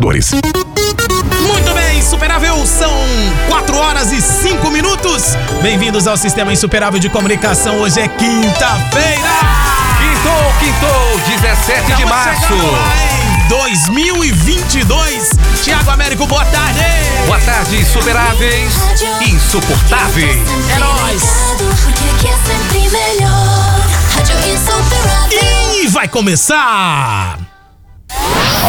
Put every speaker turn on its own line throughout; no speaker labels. Gerais.
Muito bem, Superável, são 4 horas e 5 minutos. Bem-vindos ao Sistema Insuperável de Comunicação. Hoje é quinta-feira.
Quintou, quintou, 17 de
Estamos
março.
chegando lá em 2022. Tiago Américo, boa tarde.
Boa tarde, superáveis, insuportáveis.
É nóis.
Porque aqui é sempre melhor. Rádio Insuperável.
E vai começar.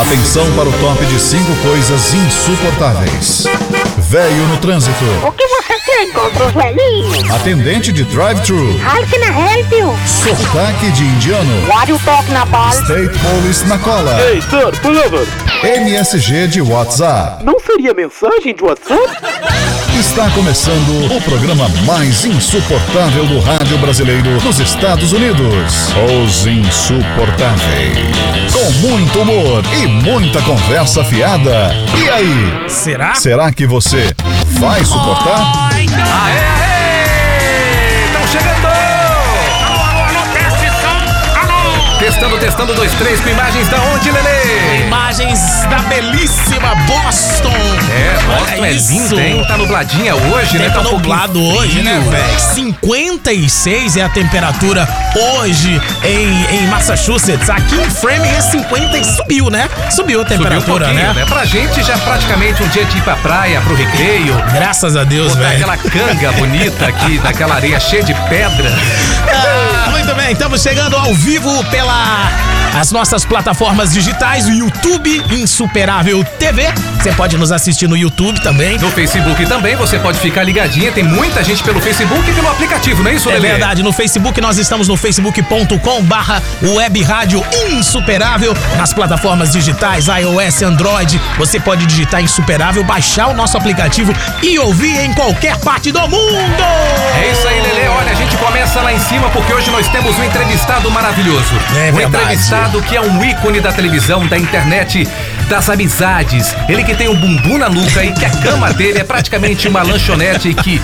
Atenção para o top de 5 coisas insuportáveis. Velho no trânsito.
O que você tem contra os velhinhos?
Atendente de drive-thru.
Ai, que na hell, viu?
Sotaque de indiano.
Why you talk na bala?
State Police na cola.
Ei, sir, por favor,
MSG de WhatsApp.
não seria mensagem de WhatsApp?
Está começando o programa mais insuportável do rádio brasileiro nos Estados Unidos. Os Insuportáveis. Com muito humor e muita conversa fiada. E aí,
Será?
será que você vai suportar?
Ai, não.
Aê, aê! Estão chegando! Testando, testando, dois, três, com imagens da onde, Lele?
Imagens da belíssima Boston.
É,
Olha
Boston é
isso.
lindo, hein? Tá nubladinha hoje, né?
Tempo
um pouquinho
nublado hoje, né,
frio.
velho? 56 é a temperatura hoje em, em Massachusetts. Aqui em Framingham, 50 e subiu, né? Subiu a
Subiu um
temperatura,
pouquinho,
né?
né? Pra gente já praticamente um dia de ir pra praia, pro recreio.
Graças a Deus,
Botar
velho.
aquela canga bonita aqui, daquela areia cheia de pedra.
Ah, Muito bem, estamos chegando ao vivo pela as nossas plataformas digitais, o YouTube Insuperável TV. Você pode nos assistir no YouTube também.
No Facebook também, você pode ficar ligadinha. Tem muita gente pelo Facebook e pelo aplicativo, não é isso,
É
Lelê?
verdade, no Facebook nós estamos no facebook.com barra web rádio insuperável nas plataformas digitais, iOS, Android, você pode digitar insuperável, baixar o nosso aplicativo e ouvir em qualquer parte do mundo!
É isso aí, Lelê. Olha, a gente começa lá em cima porque hoje nós temos um entrevistado maravilhoso.
É
um
verdade.
entrevistado que é um ícone da televisão, da internet, das amizades. Ele que tem um bumbum na nuca e que a cama dele é praticamente uma lanchonete que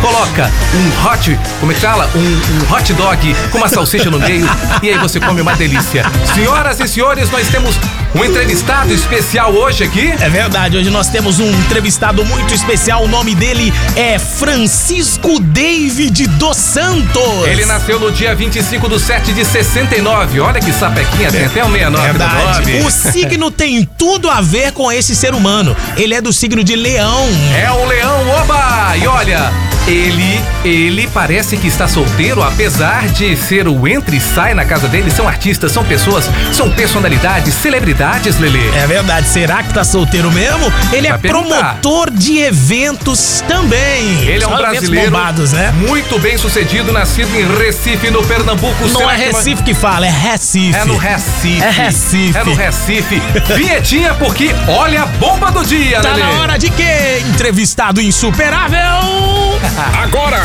coloca um hot, como é que fala? Um, um hot dog com uma salsicha no meio e aí você come uma delícia. Senhoras e senhores, nós temos um entrevistado especial hoje aqui.
É verdade, hoje nós temos um entrevistado muito especial, o nome dele é Francisco David dos Santos.
Ele nasceu no dia 25 do 7 de 69. Olha que sapequinha, tem até o 69 do
É Verdade.
nome.
O signo tem tudo a ver com esse ser humano. Ele é do signo de leão.
É o Leão Oba! E olha, ele, ele parece que está solteiro, apesar de ser o entra e sai na casa dele. São artistas, são pessoas, são personalidades, celebridades, Lelê.
É verdade, será que tá solteiro mesmo? Ele é
Vai perguntar.
promotor de eventos também.
Ele é um
Só eventos
brasileiro
bombados, né?
muito bem sucedido, nascido em Recife, no Pernambuco.
Não
Será
é
que-
Recife que fala, é Recife.
É no Recife.
É Recife.
É no Recife. Vinhetinha, porque olha a bomba do dia,
Tá
Lelê.
na hora de quê? Entrevistado insuperável!
Agora,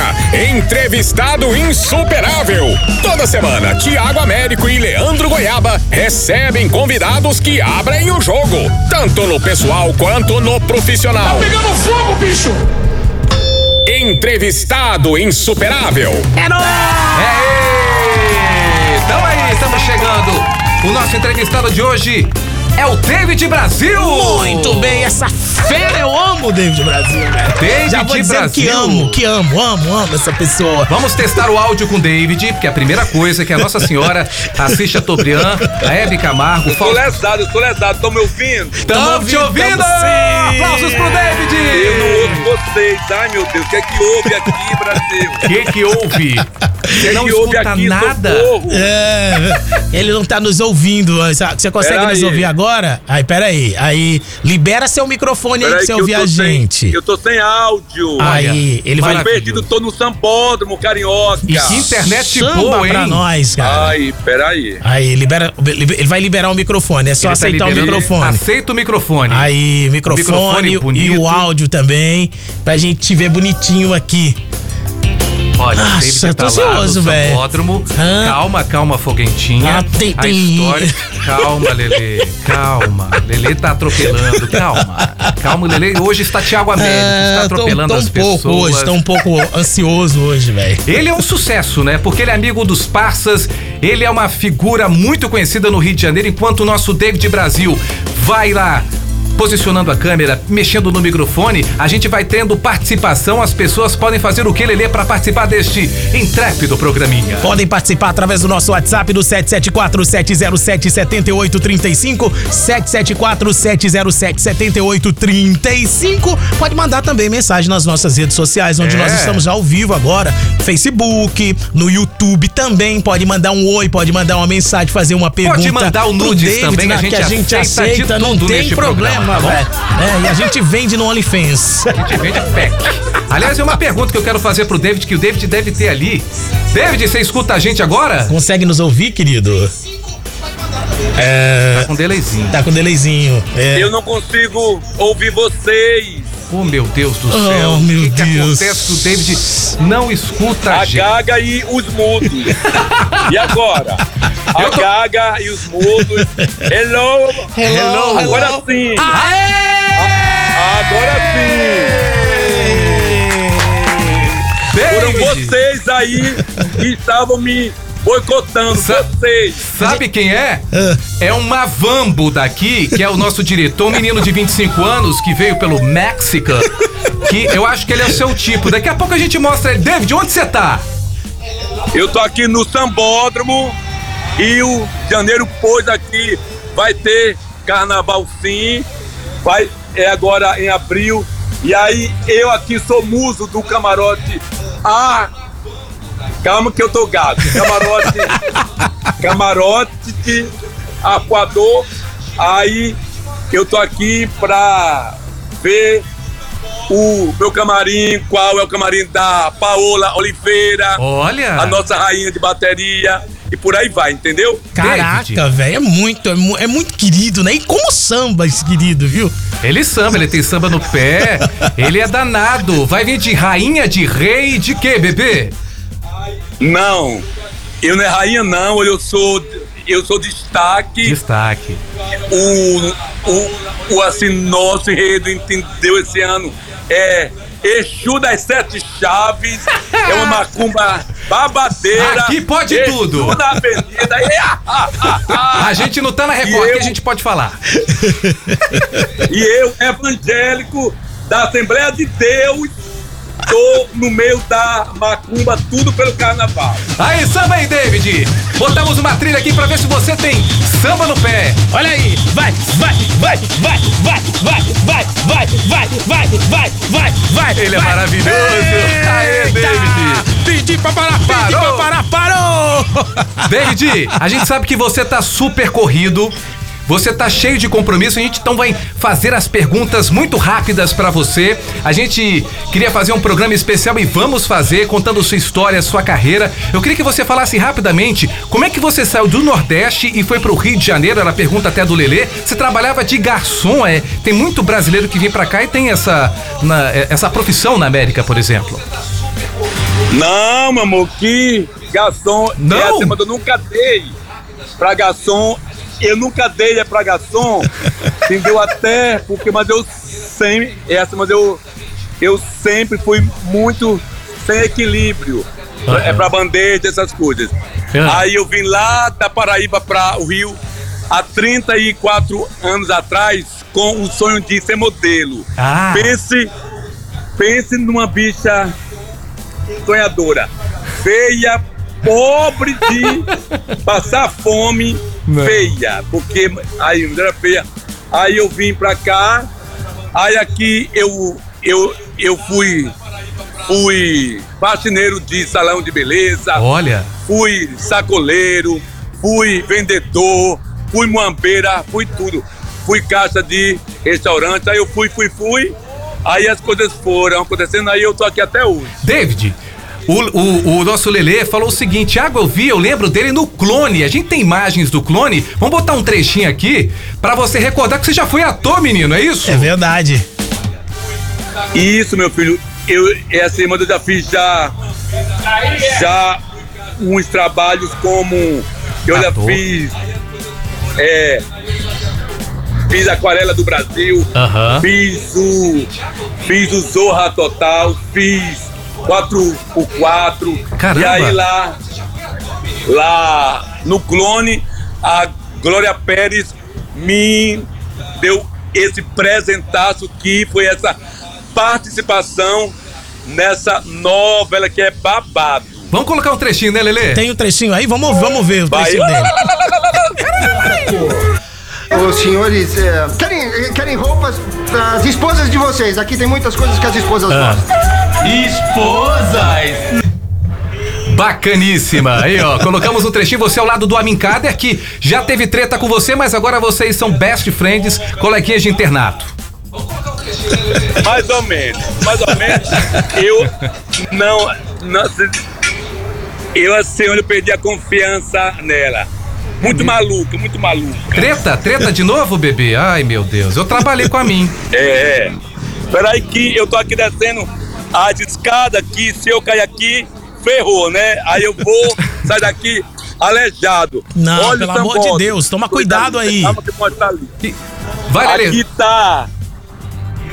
entrevistado insuperável. Toda semana, Tiago Américo e Leandro Goiaba recebem convidados que abrem o jogo, tanto no pessoal quanto no profissional. Tá pegando fogo, bicho! Entrevistado insuperável.
É nóis!
É, então aí, estamos chegando. O nosso entrevistado de hoje é o David Brasil.
Muito bem, essa fera eu amo o David Brasil, velho.
David
Já vou dizer
Brasil.
que amo, que amo, amo, amo essa pessoa.
Vamos testar o áudio com o David, porque a primeira coisa é que a Nossa Senhora assiste a Tobrian, a Hebe Camargo, o Fausto.
lesado, eu tô lesado, estão me ouvindo?
Estamos te ouvindo!
tamo sim.
Aplausos pro David!
Eu não ouço vocês, ai meu Deus, o que é que houve aqui, Brasil?
O que que houve?
O que é
não
que houve
escuta
aqui,
nada?
socorro?
É, ele não tá nos ouvindo. Você consegue
Pera
nos
aí.
ouvir agora? Aí, peraí. Aí, libera seu microfone aí pra
Peraí que
você
eu
ouvir
tô
a
sem-
gente.
Eu tô sem áudio.
Aí, ele vai.
Tô perdido, tô no sambódromo, carioca.
E
Que internet
samba
boa,
pra
hein?
nós, cara.
Ai, peraí.
Aí, libera. Ele vai liberar o microfone. É só
Ele tá
aceitar o
liberando.
microfone.
Aceita o microfone.
Aí, microfone,
Microfone
e
bonito.
o áudio também. Pra gente te ver bonitinho aqui.
Olha,
Nossa,
o David
tô
tá
ansioso,
lá no
velho.
sambódromo.
Hã?
Calma, calma, foguentinha.
Ah, tem-
a
tem-
história. Calma, Lelê. Calma. Lelê tá atropelando. Calma. Calma, Lelê. Hoje está Thiago Américo. Está
Ah, tô-
tá atropelando
tô um
as
pouco
pessoas.
hoje, tô um pouco ansioso hoje, velho.
Ele é um sucesso, né? Porque ele é amigo dos parças, ele é uma figura muito conhecida no Rio de Janeiro, enquanto o nosso David Brasil vai lá posicionando a câmera, mexendo no microfone, a gente vai tendo participação. As pessoas podem fazer o que, Lelê, para participar deste intrépido programinha?
Podem participar através do nosso WhatsApp do 774-707-7835. 774-707-7835. Pode mandar também mensagem nas nossas redes sociais, onde
É.
nós estamos ao vivo agora. Facebook, no YouTube também. Pode mandar um oi, pode mandar uma mensagem, fazer uma pergunta.
mandar o
pro
nudes
David,
também,
né,
a gente
que a gente
aceita de
aceita. Não
tudo
tem
neste
problema,
programa, tá bom?
velho. É, e a gente vende no OnlyFans.
A gente vende pack. Aliás, é uma pergunta que eu quero fazer pro David, que o David deve ter ali. David, você escuta a gente agora?
Consegue nos ouvir, querido? É.
Tá com um delayzinho.
Tá com delayzinho. É.
Eu não consigo ouvir vocês.
Oh, meu Deus do
Oh,
céu. o
meu
que, que
Deus.
acontece que o David não escuta a
A
gente?
gaga e os mudos. E agora? A gaga e os mudos. Hello.
Hello.
Agora sim. Agora sim. Foram
David,
vocês aí que estavam me boicotando.
Sa-
Vocês.
sabe quem é? É um mavambo daqui, que é o nosso diretor, um menino de 25 anos que veio pelo México, que eu acho que ele é o seu tipo. Daqui a pouco a gente mostra ele. David, onde você tá?
Eu tô aqui no Sambódromo. Rio de Janeiro, pois aqui vai ter carnaval sim. Vai, é agora em abril. E aí eu aqui sou muso do camarote A. Calma que eu tô gato. Camarote. camarote de Aquador. Aí eu tô aqui pra ver o meu camarim, qual é o camarim da Paola Oliveira
Olha.
a nossa rainha de bateria e por aí vai, entendeu?
Caraca, velho, é muito, é, mu- é muito querido, né? E como samba esse querido, viu?
Ele samba, ele tem samba no pé, ele é danado. Vai vir de rainha, de rei, de quê, bebê?
Não, eu não é rainha não, eu sou eu sou destaque.
Destaque.
O, o, o assim nosso enredo entendeu esse ano é Exu das Sete Chaves, é uma macumba babadeira.
Aqui pode
Exu
tudo.
na avenida.
A gente não tá na Record,
E
aqui
eu?
a gente pode falar.
E eu, evangélico da Assembleia de Deus, tô no meio da macumba, tudo pelo carnaval.
Aí, samba aí, David! Botamos uma trilha aqui pra ver se você tem samba no pé.
Olha aí, vai, vai, vai, vai, vai, vai, vai, vai, vai, vai, vai, vai, vai.
Ele é
vai.
maravilhoso. Aê,
Eita!
David.
Pedi pra parar, pedi pra
Parou.
parar, parou!
David, a gente sabe que você tá super corrido. Você tá cheio de compromisso, a gente então vai fazer as perguntas muito rápidas pra você. A gente queria fazer um programa especial e vamos fazer, contando sua história, sua carreira. Eu queria que você falasse rapidamente como é que você saiu do Nordeste e foi pro Rio de Janeiro, era a pergunta até do Lelê. Você trabalhava de garçom, é? Tem muito brasileiro que vem pra cá e tem essa, na- é- essa profissão na América, por exemplo.
Não, meu amor, que garçom
Não?
é acima do- eu nunca dei pra garçom. Eu nunca dei é pra garçom. Entendeu? Até porque, mas eu sempre. Essa, mas eu, eu sempre fui muito sem equilíbrio.
Ah,
É pra bandeja, essas coisas.
Aham.
Aí eu vim lá da Paraíba pra o Rio há 34 anos atrás com o sonho de ser modelo.
Ah.
Pense, pense numa bicha sonhadora. Feia, pobre de passar fome, feia. Porque aí não era feia. Aí eu vim pra cá, aí aqui eu, eu, eu fui, fui faxineiro de salão de beleza
Olha.
fui sacoleiro, fui vendedor, fui muambeira, fui tudo. Fui caixa de restaurante, aí eu fui, fui, fui. Aí as coisas foram acontecendo, aí eu tô aqui até hoje.
David, o, o- o nosso Lelê falou o seguinte: Água, eu vi, eu lembro dele no clone. A gente tem imagens do clone. Vamos botar um trechinho aqui pra você recordar que você já foi ator, menino, é isso?
É verdade.
Isso, meu filho, eu, é essa irmã eu já fiz já, já uns trabalhos como eu já
Ator.
fiz. É, fiz Aquarela do Brasil,
Aham.
fiz o. Fiz o Zorra Total, fiz 4x4.
Caramba.
E aí lá, lá no clone, a Glória Pérez me deu esse presentaço que foi essa participação nessa novela que é babado.
Vamos colocar um trechinho, né, Lelê?
Tem o trechinho aí? Vamos, vamos ver o
Vai.
trechinho dele.
Os senhores é, querem, eh, querem roupas das esposas de vocês. Aqui tem muitas coisas que as esposas gostam.
Esposas! Bacaníssima. Aí, ó, colocamos um trechinho, você ao lado do Amin Kader, que já teve treta com você, mas agora vocês são best friends, coleguinhas de internato.
Mais ou menos, mais ou menos. Eu não, não- Eu assim, eu perdi a confiança nela.
Uhum.
Muito maluca, muito maluca.
Treta? Treta de novo, bebê? Ai, meu Deus. Eu trabalhei com a Amin.
É, é. Peraí que eu tô aqui descendo a escada que se eu cair aqui, ferrou, né? Aí eu vou sair daqui aleijado.
Não,
Olha o
pelo amor
sambódromo.
de Deus, toma cuidado aí.
Calma que pode estar ali.
Vai, Lelê.
Aqui tá.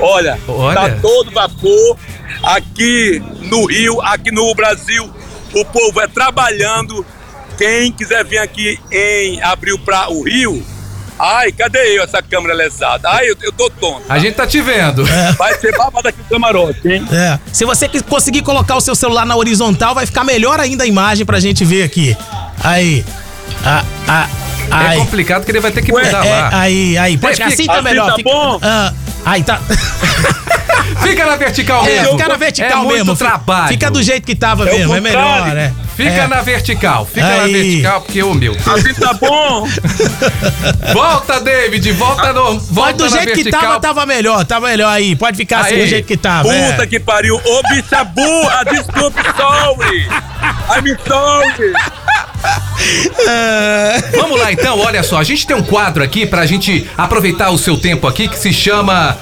Olha,
Ah, Olha.
tá todo vapor. Aqui no Rio, aqui no Brasil, o povo é trabalhando. Quem quiser vir aqui em abril para o Rio, ai, cadê eu essa câmera lesada? Ai, eu, eu tô tonto.
A gente tá te vendo.
Vai ser babado aqui o camarote, hein?
É. Se você que- conseguir colocar o seu celular na horizontal, vai ficar melhor ainda a imagem pra gente ver aqui. Aí. Ah, ah,
É
aí.
complicado que ele vai ter que mudar
É,
lá.
aí, aí. Pode
É,
ficar assim
fica-
tá
assim
melhor.
tá
fica-
bom?
Ah, aí tá.
Fica na vertical
É,
mesmo.
fica na vertical
é muito
mesmo. fica-
trabalho.
Fica do jeito que tava
É o
mesmo, é
contrário.
melhor, né?
Fica
é.
na vertical. Fica na
Aí.
vertical, porque, ô meu Deus.
Assim tá bom?
Volta, David. Volta no. Volta
Mas do
na
jeito que
vertical.
tava, tá- tava melhor, tava melhor aí. Pode ficar assim
Aí.
do jeito que tava. é.
Puta que pariu. Ô, bicha burra, desculpe, sorry. I'm sorry.
Vamos lá então, olha só, a gente tem um quadro aqui pra gente aproveitar o seu tempo aqui que se chama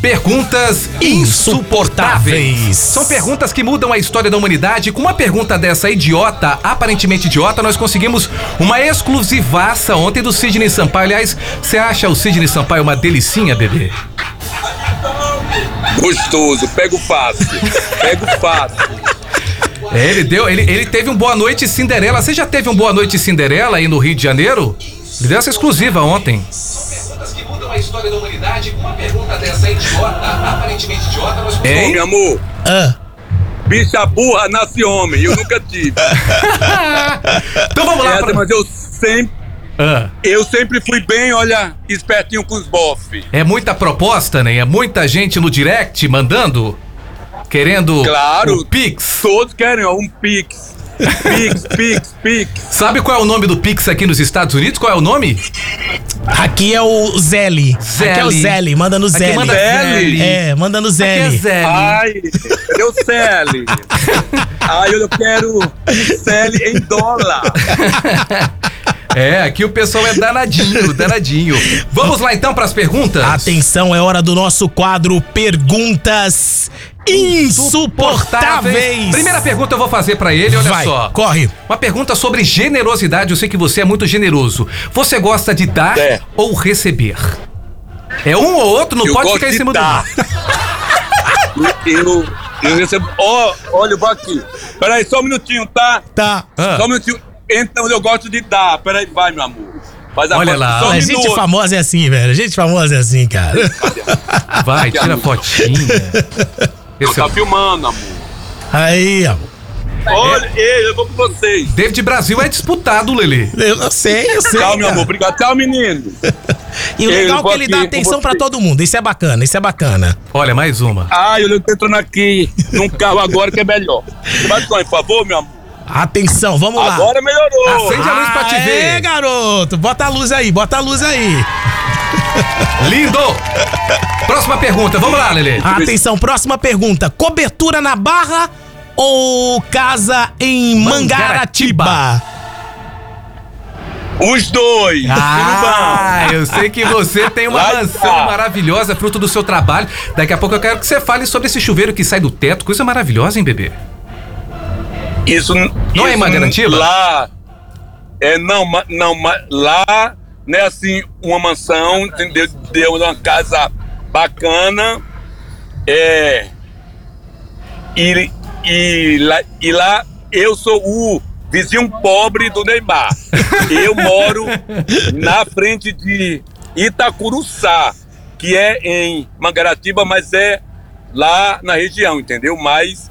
Perguntas Insuportáveis.
Insuportáveis.
São perguntas que mudam a história da humanidade. Com uma pergunta dessa idiota, aparentemente idiota, nós conseguimos uma exclusivaça ontem do Sidney Sampaio. Aliás, você acha o Sidney Sampaio uma delicinha, bebê?
Gostoso, pega o fácil. Pega o fácil.
É, ele deu, ele, ele teve um Boa Noite Cinderela. Você já teve um Boa Noite Cinderela aí no Rio de Janeiro? Ele deu essa exclusiva ontem.
Hein?
Hein?
Meu amor,
Ah.
bicha burra nasce homem. Eu nunca tive.
Então vamos lá.
Essa,
pra-
mas eu sempre,
Ah.
eu sempre fui bem, olha, espertinho com os bofe.
É muita proposta, né? É muita gente no direct mandando, querendo
Claro.
o Pix.
Todos querem, ó, um pix. Pix, pix, pix.
Sabe qual é o nome do Pix aqui nos Estados Unidos? Qual é o nome?
Aqui é o Zeli. Aqui é o
Zeli.
Zeli, manda no Zeli.
manda
Zeli.
É, manda no
Aqui é
Zeli.
Zeli.
Ai, eu Cele. Ai, eu quero Cele em dólar.
É, aqui o pessoal é danadinho, danadinho. Vamos lá então pras perguntas?
Atenção, é hora do nosso quadro Perguntas Insuportáveis.
Primeira pergunta eu vou fazer pra ele, olha
Vai,
só.
corre.
Uma pergunta sobre generosidade. Eu sei que você é muito generoso. Você gosta de dar
É.
ou receber? É um ou outro, não
Eu
pode
gosto
ficar em
de
cima
dar.
do.
Eu, eu recebo. Ó, olha, eu vou aqui. Peraí, só um minutinho, tá?
Tá.
Ah.
Só um minutinho. Então eu gosto de dar. Peraí, vai, meu amor. Faz a
Olha
foto,
lá,
só um
Mas gente
minuto.
famosa é assim, velho. Gente famosa é assim, cara.
Vai, tira a fotinha. Esse é
Tá
o
filmando, amor.
Aí, ó.
Olha,
É.
ei, eu vou com vocês.
David Brasil é disputado, Lelê.
Eu não sei, eu sei.
Tchau, meu
cara.
amor. Obrigado. Tchau, menino.
E o
Eu
legal é
vou
que ele dá
aqui com
atenção pra
você.
todo mundo. Isso é bacana, isso é bacana.
Olha, mais uma.
Ai, eu tô entrando aqui num carro agora que é melhor. Vai, Tony, por favor, meu amor.
Atenção, vamos lá.
Agora é melhorou.
Acende a luz pra te
Aê,
ver.
garoto. Bota a luz aí, bota a luz aí.
Lindo! Próxima pergunta, vamos lá, Lelê.
Atenção, próxima pergunta. Cobertura na Barra ou casa em
Mangaratiba?
Mangaratiba?
Os dois.
Ah, eu sei que você tem uma
Vai,
mansão
cara.
maravilhosa, fruto do seu trabalho. Daqui a pouco eu quero que você fale sobre esse chuveiro que sai do teto. Coisa maravilhosa, hein, bebê?
Tudo bom. Isso
Não é em Mangaratiba?
Lá. É, não, ma- não, ma- lá, né, assim, uma mansão, entendeu? Deu uma casa bacana. É. E, e, lá, e lá eu sou o vizinho pobre do Neymar. Eu moro na frente de Itacuruçá. que é em Mangaratiba, mas é lá na região, entendeu? Mas,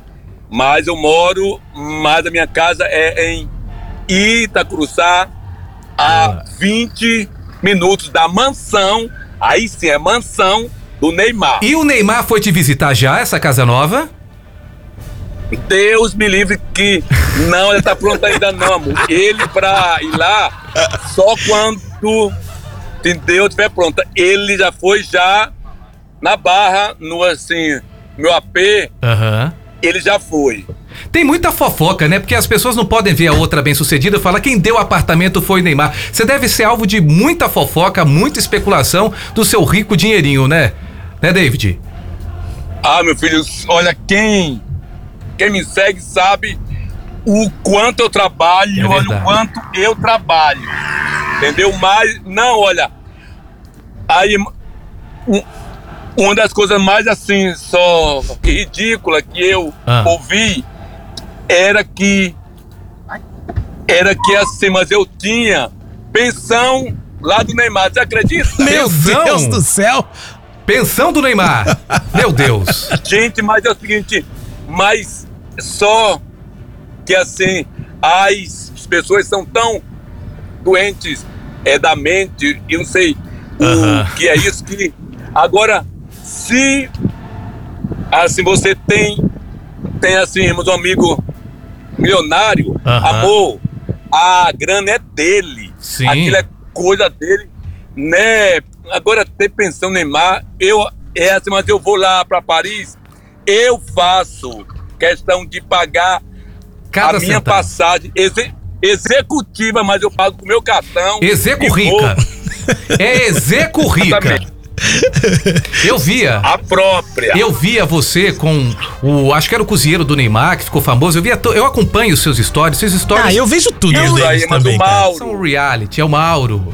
mas eu moro, mas a minha casa é em Itacuruçá, a 20 minutos da mansão, aí sim é mansão do Neymar.
E o Neymar foi te visitar já, essa casa nova?
Deus me livre que não, ele tá pronto ainda não, amor. Ele pra ir lá só quando entendeu, tiver pronta. Ele já foi já na barra, no assim, meu AP,
Aham.
ele já foi.
Tem muita fofoca, né? Porque as pessoas não podem ver a outra bem-sucedida e falar quem deu apartamento foi o Neymar. Você deve ser alvo de muita fofoca, muita especulação do seu rico dinheirinho, né? Né, David?
Ah, meu filho, olha quem quem me segue sabe o quanto eu trabalho,
É
olha
verdade.
o quanto eu trabalho. Entendeu? Mas não, olha. Aí um- uma das coisas mais assim, só que ridícula que eu
Ah.
ouvi era que era que assim, mas eu tinha pensão lá do Neymar, você acredita?
Meu
Tesão.
Deus do céu!
Pensão do Neymar. Meu Deus.
Gente, mas é o seguinte, mas só que assim, as pessoas são tão doentes é, da mente, eu não sei o que é isso que. Agora, se assim você tem, tem assim, irmãos, um amigo milionário,
Aham.
amor, a grana é dele.
Sim.
Aquilo é coisa dele, né? Agora, ter pensão Neymar, eu, é assim, mas eu vou lá para Paris, eu faço questão de pagar
Cada
a minha
centavo.
passagem exe- executiva, mas eu pago com o meu cartão.
Execo
E vou
rica. É execo rica.
Exatamente.
Eu via.
A própria.
Eu via você com o. Acho que era o cozinheiro do Neymar, que ficou famoso. Eu via. to- Eu acompanho os seus stories. Seus stories
Ah, eu vejo tudo
Eu
deles
daí, mas
também,
o
cara.
Mauro,
são reality. É o Mauro.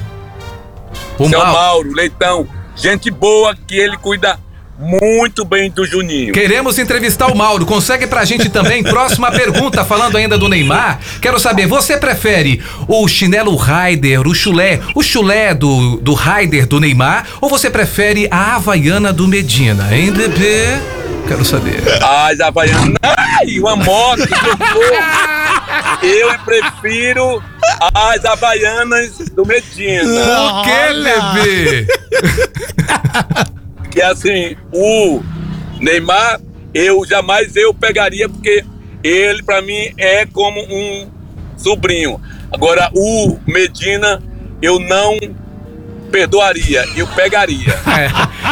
O
seu
Mauro.
Mauro, Leitão, gente boa que ele cuida muito bem do Juninho.
Queremos entrevistar o Mauro. Consegue pra gente também? Próxima pergunta, falando ainda do Neymar. Quero saber, você prefere o chinelo Raider, o chulé, o chulé do, do Raider do Neymar? Ou você prefere a Havaiana do Medina, hein, bebê? Quero saber.
Ai, já vai. Ai, uma moto, meu povo. Eu prefiro as Havaianas do Medina.
Por que, bebê?
Que assim, o Neymar, eu jamais eu pegaria, porque ele pra mim é como um sobrinho. Agora, o Medina, eu não perdoaria, eu pegaria.
É.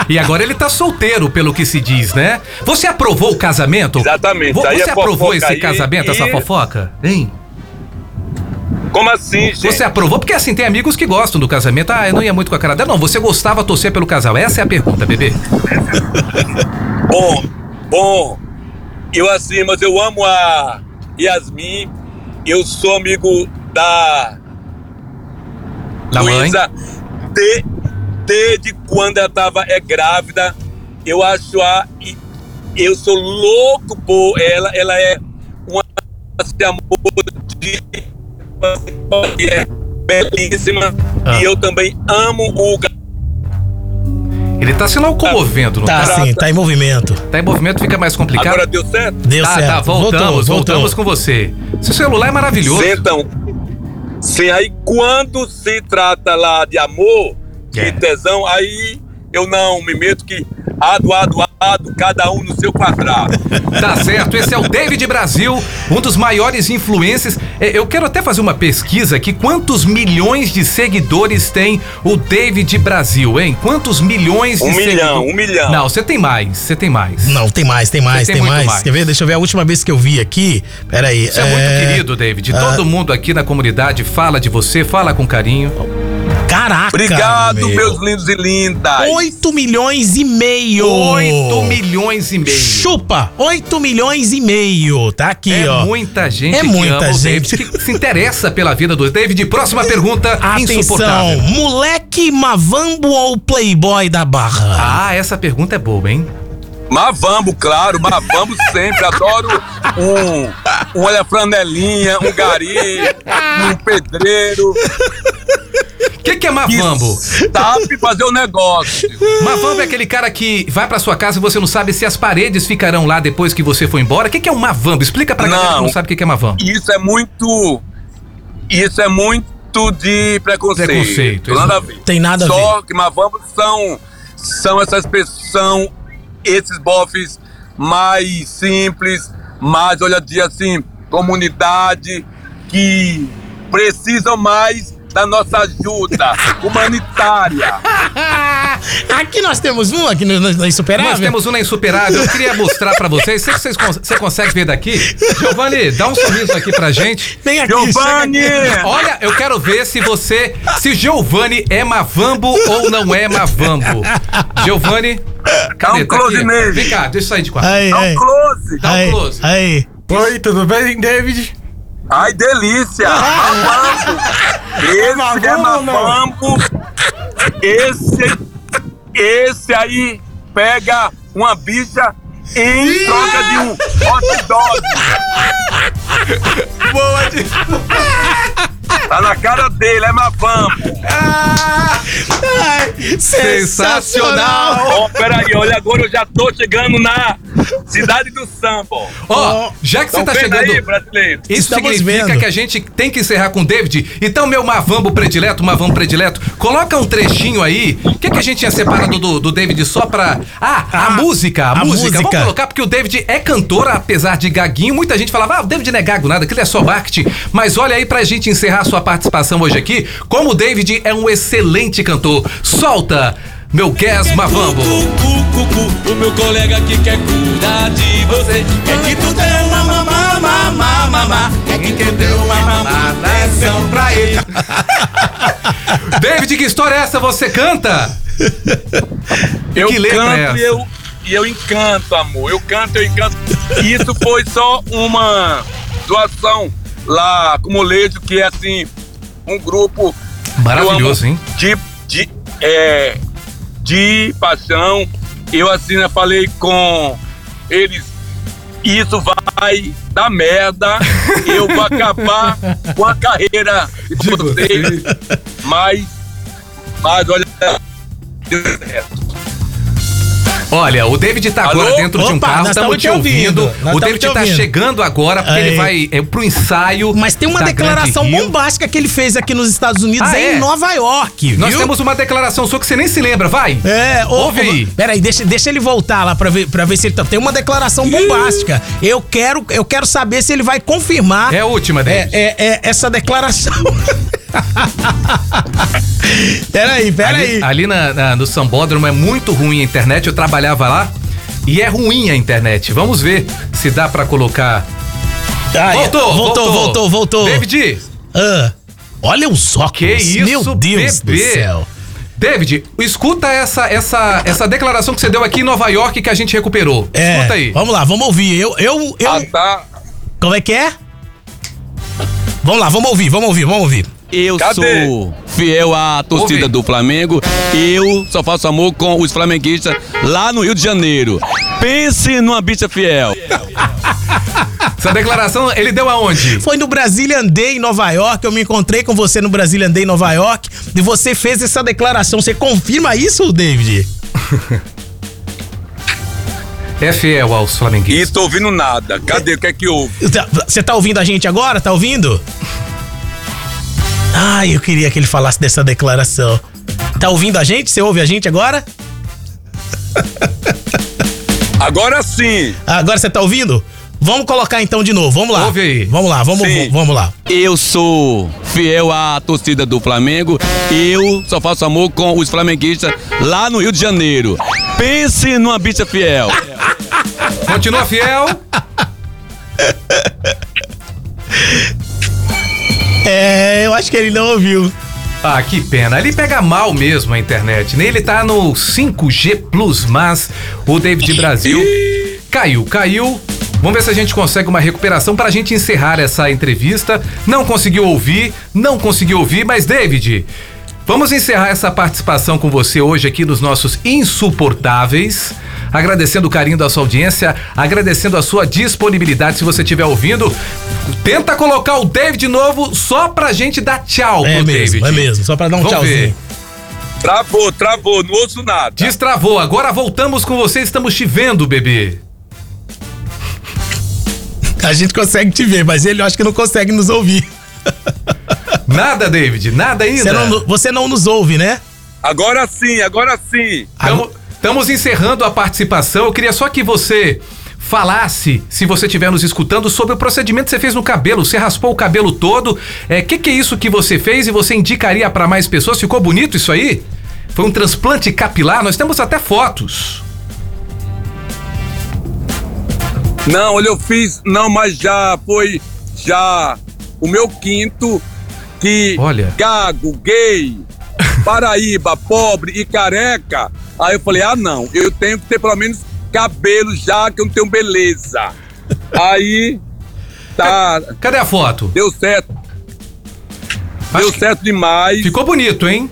E agora ele tá solteiro, pelo que se diz, né? Você aprovou o casamento?
Exatamente.
Vo-
Aí
Você
é
aprovou
fofoca
esse
aí
casamento, essa
e-
fofoca? Hein?
Como assim, gente?
Você aprovou? Porque assim, tem amigos que gostam do casamento. Ah, eu não ia muito com a cara dela. Não, você gostava de torcer pelo casal. Essa é a pergunta, bebê.
Bom, bom. Eu assim, mas eu amo a Yasmin. Eu sou amigo da,
Da mãe?
Luísa de- desde quando ela tava é grávida. Eu acho a e- eu sou louco por ela. Ela é uma de amor de que é belíssima
Ah.
e eu também amo o
Ele tá se locomovendo, não
Tá
tá?
sim, tá em movimento.
Tá em movimento, fica mais complicado.
Agora deu certo?
Deu
tá,
certo.
tá, voltamos,
Voltou,
voltamos
voltou.
com você. Seu celular é maravilhoso.
Sentam. então. Sim, aí quando se trata lá de amor
É.
e tesão, aí eu não me meto que ado, ado, ado, cada um no seu quadrado.
Tá certo, esse é o David Brasil, um dos maiores influencers. É, Eu quero até fazer uma pesquisa aqui, quantos milhões de seguidores tem o David Brasil, hein? Quantos milhões de
Um milhão,
seguidores?
um milhão.
Não, você tem mais, você tem mais.
Não, tem mais, tem mais,
Tem
tem,
muito
mais.
mais.
Quer ver? Deixa eu ver a última vez que eu vi aqui. Pera aí.
Você é, muito querido, David.
Ah.
Todo mundo aqui na comunidade fala de você, fala com carinho.
Caraca!
Obrigado, meus lindos e lindas.
8 milhões e meio!
8 milhões e meio.
Chupa! 8 milhões e meio! Tá aqui,
É
ó.
muita gente
É muita
que ama o
gente.
David, que se interessa pela vida do David. Próxima pergunta,
Atenção!
insuportável.
Moleque Mavambo ou Playboy da Barra?
Ah, essa pergunta é boa, hein?
Mavambo, claro, mavambo sempre. Adoro um, um olha franelinha, um gari, um pedreiro.
O que, que é mavambo?
Sabe fazer o negócio.
Mavambo é aquele cara que vai pra sua casa e você não sabe se as paredes ficarão lá depois que você foi embora. O que, que é um mavambo? Explica pra galera que não
Não.
sabe o que, que é mavambo.
Isso é muito. Isso é muito de preconceito.
Preconceito,
Nada a ver.
Tem nada a
Só que Mavambos são. São essas pessoas. São esses bofs mais simples, mais, olha, dia assim, comunidade que precisam mais da nossa ajuda humanitária.
Aqui nós temos um, aqui no, no, no Insuperável.
Nós temos uma insuperável. Eu queria mostrar pra vocês. Sei que vocês cons- você consegue ver daqui. Giovanni, dá um sorriso aqui pra gente.
Vem aqui,
Giovanni!
é Olha, eu quero ver se você. Se Giovanni é mavambo ou não é mavambo. Giovanni.
Dá um
Tá
close
aqui.
nele.
Vem cá, deixa eu sair de quarto.
Aí,
Dá
aí.
um close.
Dá um
aí,
close.
aí.
Oi, tudo bem, David?
Ai, delícia! Mavambo! Esse é
mavambo, não?
mavambo! Esse, esse aí pega uma bicha em troca de um hot dog!
Boa, de...
Tá na cara dele, é mavambo!
Ai,
Sensacional.
Ó, peraí, olha, agora eu já tô chegando na cidade do samba!
Ó, já que você
Tão
tá
vendo
chegando.
aí, brasileiro?
Isso
Estamos
significa
vendo.
que a gente tem que encerrar com o David. Então, meu mavambo predileto, mavambo predileto, coloca um trechinho aí. O que, que a gente tinha separado do, do David só pra. Ah, a,
Ah,
música, a,
a
música. Vamos
música.
colocar, porque o David é cantor, apesar de gaguinho. Muita gente falava, ah, o David não é gago nada, aquilo é só marketing. Mas olha aí pra gente encerrar a sua participação hoje aqui, como o David é um excelente cantor. Solta, meu Guess Mavambo.
O meu colega que quer cuidar de você Quer que tu dê uma mamá, mamá, mamá Quer que tu dê uma mamá,
é
atenção pra ele
David, que história é essa? Você canta?
Eu
Que letra é
canto
essa?
e eu, e eu encanto, amor. Eu canto, eu encanto. E Isso foi só uma doação lá com o Lejo, que é assim, um grupo.
Maravilhoso,
eu
hein?
amo De, de, é, de paixão. Eu assim, né, falei com eles. Isso vai dar merda. Eu vou acabar com a carreira de vocês. Mas, mas olha, deu certo.
Olha, o David tá
Alô?
agora dentro de um
Opa,
carro,
nós
estamos
tamo
te
te
ouvindo.
ouvindo, nós tamo
O David
te
tá
ouvindo.
chegando agora, porque
Aí.
ele vai é, pro ensaio.
Mas tem uma
da
declaração
Grande Rio.
bombástica que ele fez aqui nos Estados Unidos,
Ah,
em
é?
Nova York,
Nós
viu?
temos uma declaração sua que você nem se lembra, vai.
É, ô,
Ouve aí.
ô, Peraí, deixa, deixa ele voltar lá pra ver, pra ver se ele tá. Tem uma declaração bombástica. Eu quero, eu quero saber se ele vai confirmar
É a última,
é,
David.
é, é essa declaração. peraí, peraí.
Ali, ali na- na- no Sambódromo é muito ruim a internet, eu trabalhava lá. E é ruim a internet. Vamos ver se dá pra colocar.
Ah, voltou, voltou, voltou.
David,
Ah, olha os óculos.
que isso,
Meu Deus do
bebê?
céu.
David, escuta essa, essa, essa declaração que você deu aqui em Nova York que a gente recuperou.
É,
Escuta aí.
Vamos lá, vamos ouvir. Eu, eu, eu.
Ah, tá.
Como é que é? Vamos lá, vamos ouvir, vamos ouvir, vamos ouvir.
Eu
Cadê?
sou fiel à torcida
Ouve.
do Flamengo. Eu só faço amor com os flamenguistas lá no Rio de Janeiro. Pense numa bicha fiel.
Essa declaração ele deu aonde?
Foi no Brazilian Day em Nova York, eu me encontrei com você no Brazilian Day em Nova York e você fez essa declaração. Você confirma isso, David?
É fiel aos
E
flamenguistas.
tô ouvindo nada. Cadê? O que é que houve?
Tá- Você tá ouvindo a gente agora? Tá ouvindo? Ai, eu queria que ele falasse dessa declaração. Tá ouvindo a gente? Você ouve a gente agora?
Agora sim.
Agora você tá ouvindo? Vamos colocar então de novo, vamos lá.
Ouve aí.
Vamos lá, vamos,
Sim.
vamos lá.
Eu sou fiel à torcida do Flamengo. Eu só faço amor com os flamenguistas lá no Rio de Janeiro. Pense numa bicha fiel.
Continua fiel.
É, eu acho que ele não ouviu.
Ah, que pena. Ele pega mal mesmo a internet. né? Ele tá no 5G Plus, mas o David Brasil caiu, caiu. Vamos ver se a gente consegue uma recuperação pra gente encerrar essa entrevista. Não conseguiu ouvir, não conseguiu ouvir, mas David, vamos encerrar essa participação com você hoje aqui nos nossos insuportáveis. agradecendo o carinho da sua audiência, agradecendo a sua disponibilidade. Se você estiver ouvindo, tenta colocar o David de novo só pra gente dar tchau
É
pro
mesmo,
David.
é mesmo, só pra dar um
Vamos
tchauzinho.
ver.
Travou, travou, não ouço nada.
Tá.
Destravou, agora voltamos com você, estamos te vendo, bebê.
A gente consegue te ver, mas ele eu acho que não consegue nos ouvir.
Nada, David, nada ainda.
Você não, você não nos ouve, né?
Agora sim, agora sim.
Estamos encerrando a participação. Eu queria só que você falasse, se você estiver nos escutando, sobre o procedimento que você fez no cabelo. Você raspou o cabelo todo. O é, que, que é isso que você fez e você indicaria para mais pessoas? Ficou bonito isso aí? Foi um transplante capilar? Nós temos até fotos.
Não, olha, eu fiz. Não, mas já foi já o meu quinto que
Olha.
gago, gay, paraíba, pobre e careca. Aí eu falei, ah não, eu tenho que ter pelo menos cabelo já, que eu não tenho beleza. Aí tá.
Cadê a foto?
Deu certo. Deu certo demais.
Ficou bonito, hein?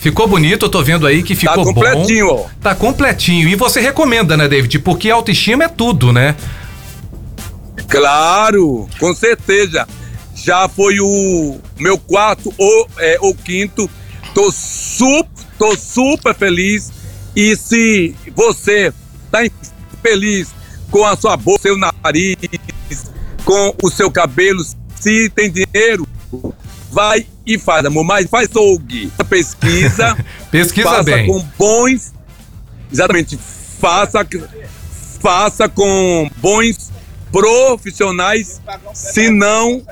Ficou bonito, eu tô vendo aí
Tá
que ficou bom.
completinho, ó.
Tá completinho. E você recomenda, né, David? Porque autoestima é tudo, né?
Claro, com certeza. Já foi o meu quarto ou é, o quinto. Tô super, tô super feliz. E se você tá em- feliz com a sua boca, seu nariz, com o seu cabelo, se tem dinheiro, vai e faz, amor. Mas faz OG. Pesquisa.
Pesquisa
faça
bem.
com bons. Exatamente. Faça faça com bons profissionais, senão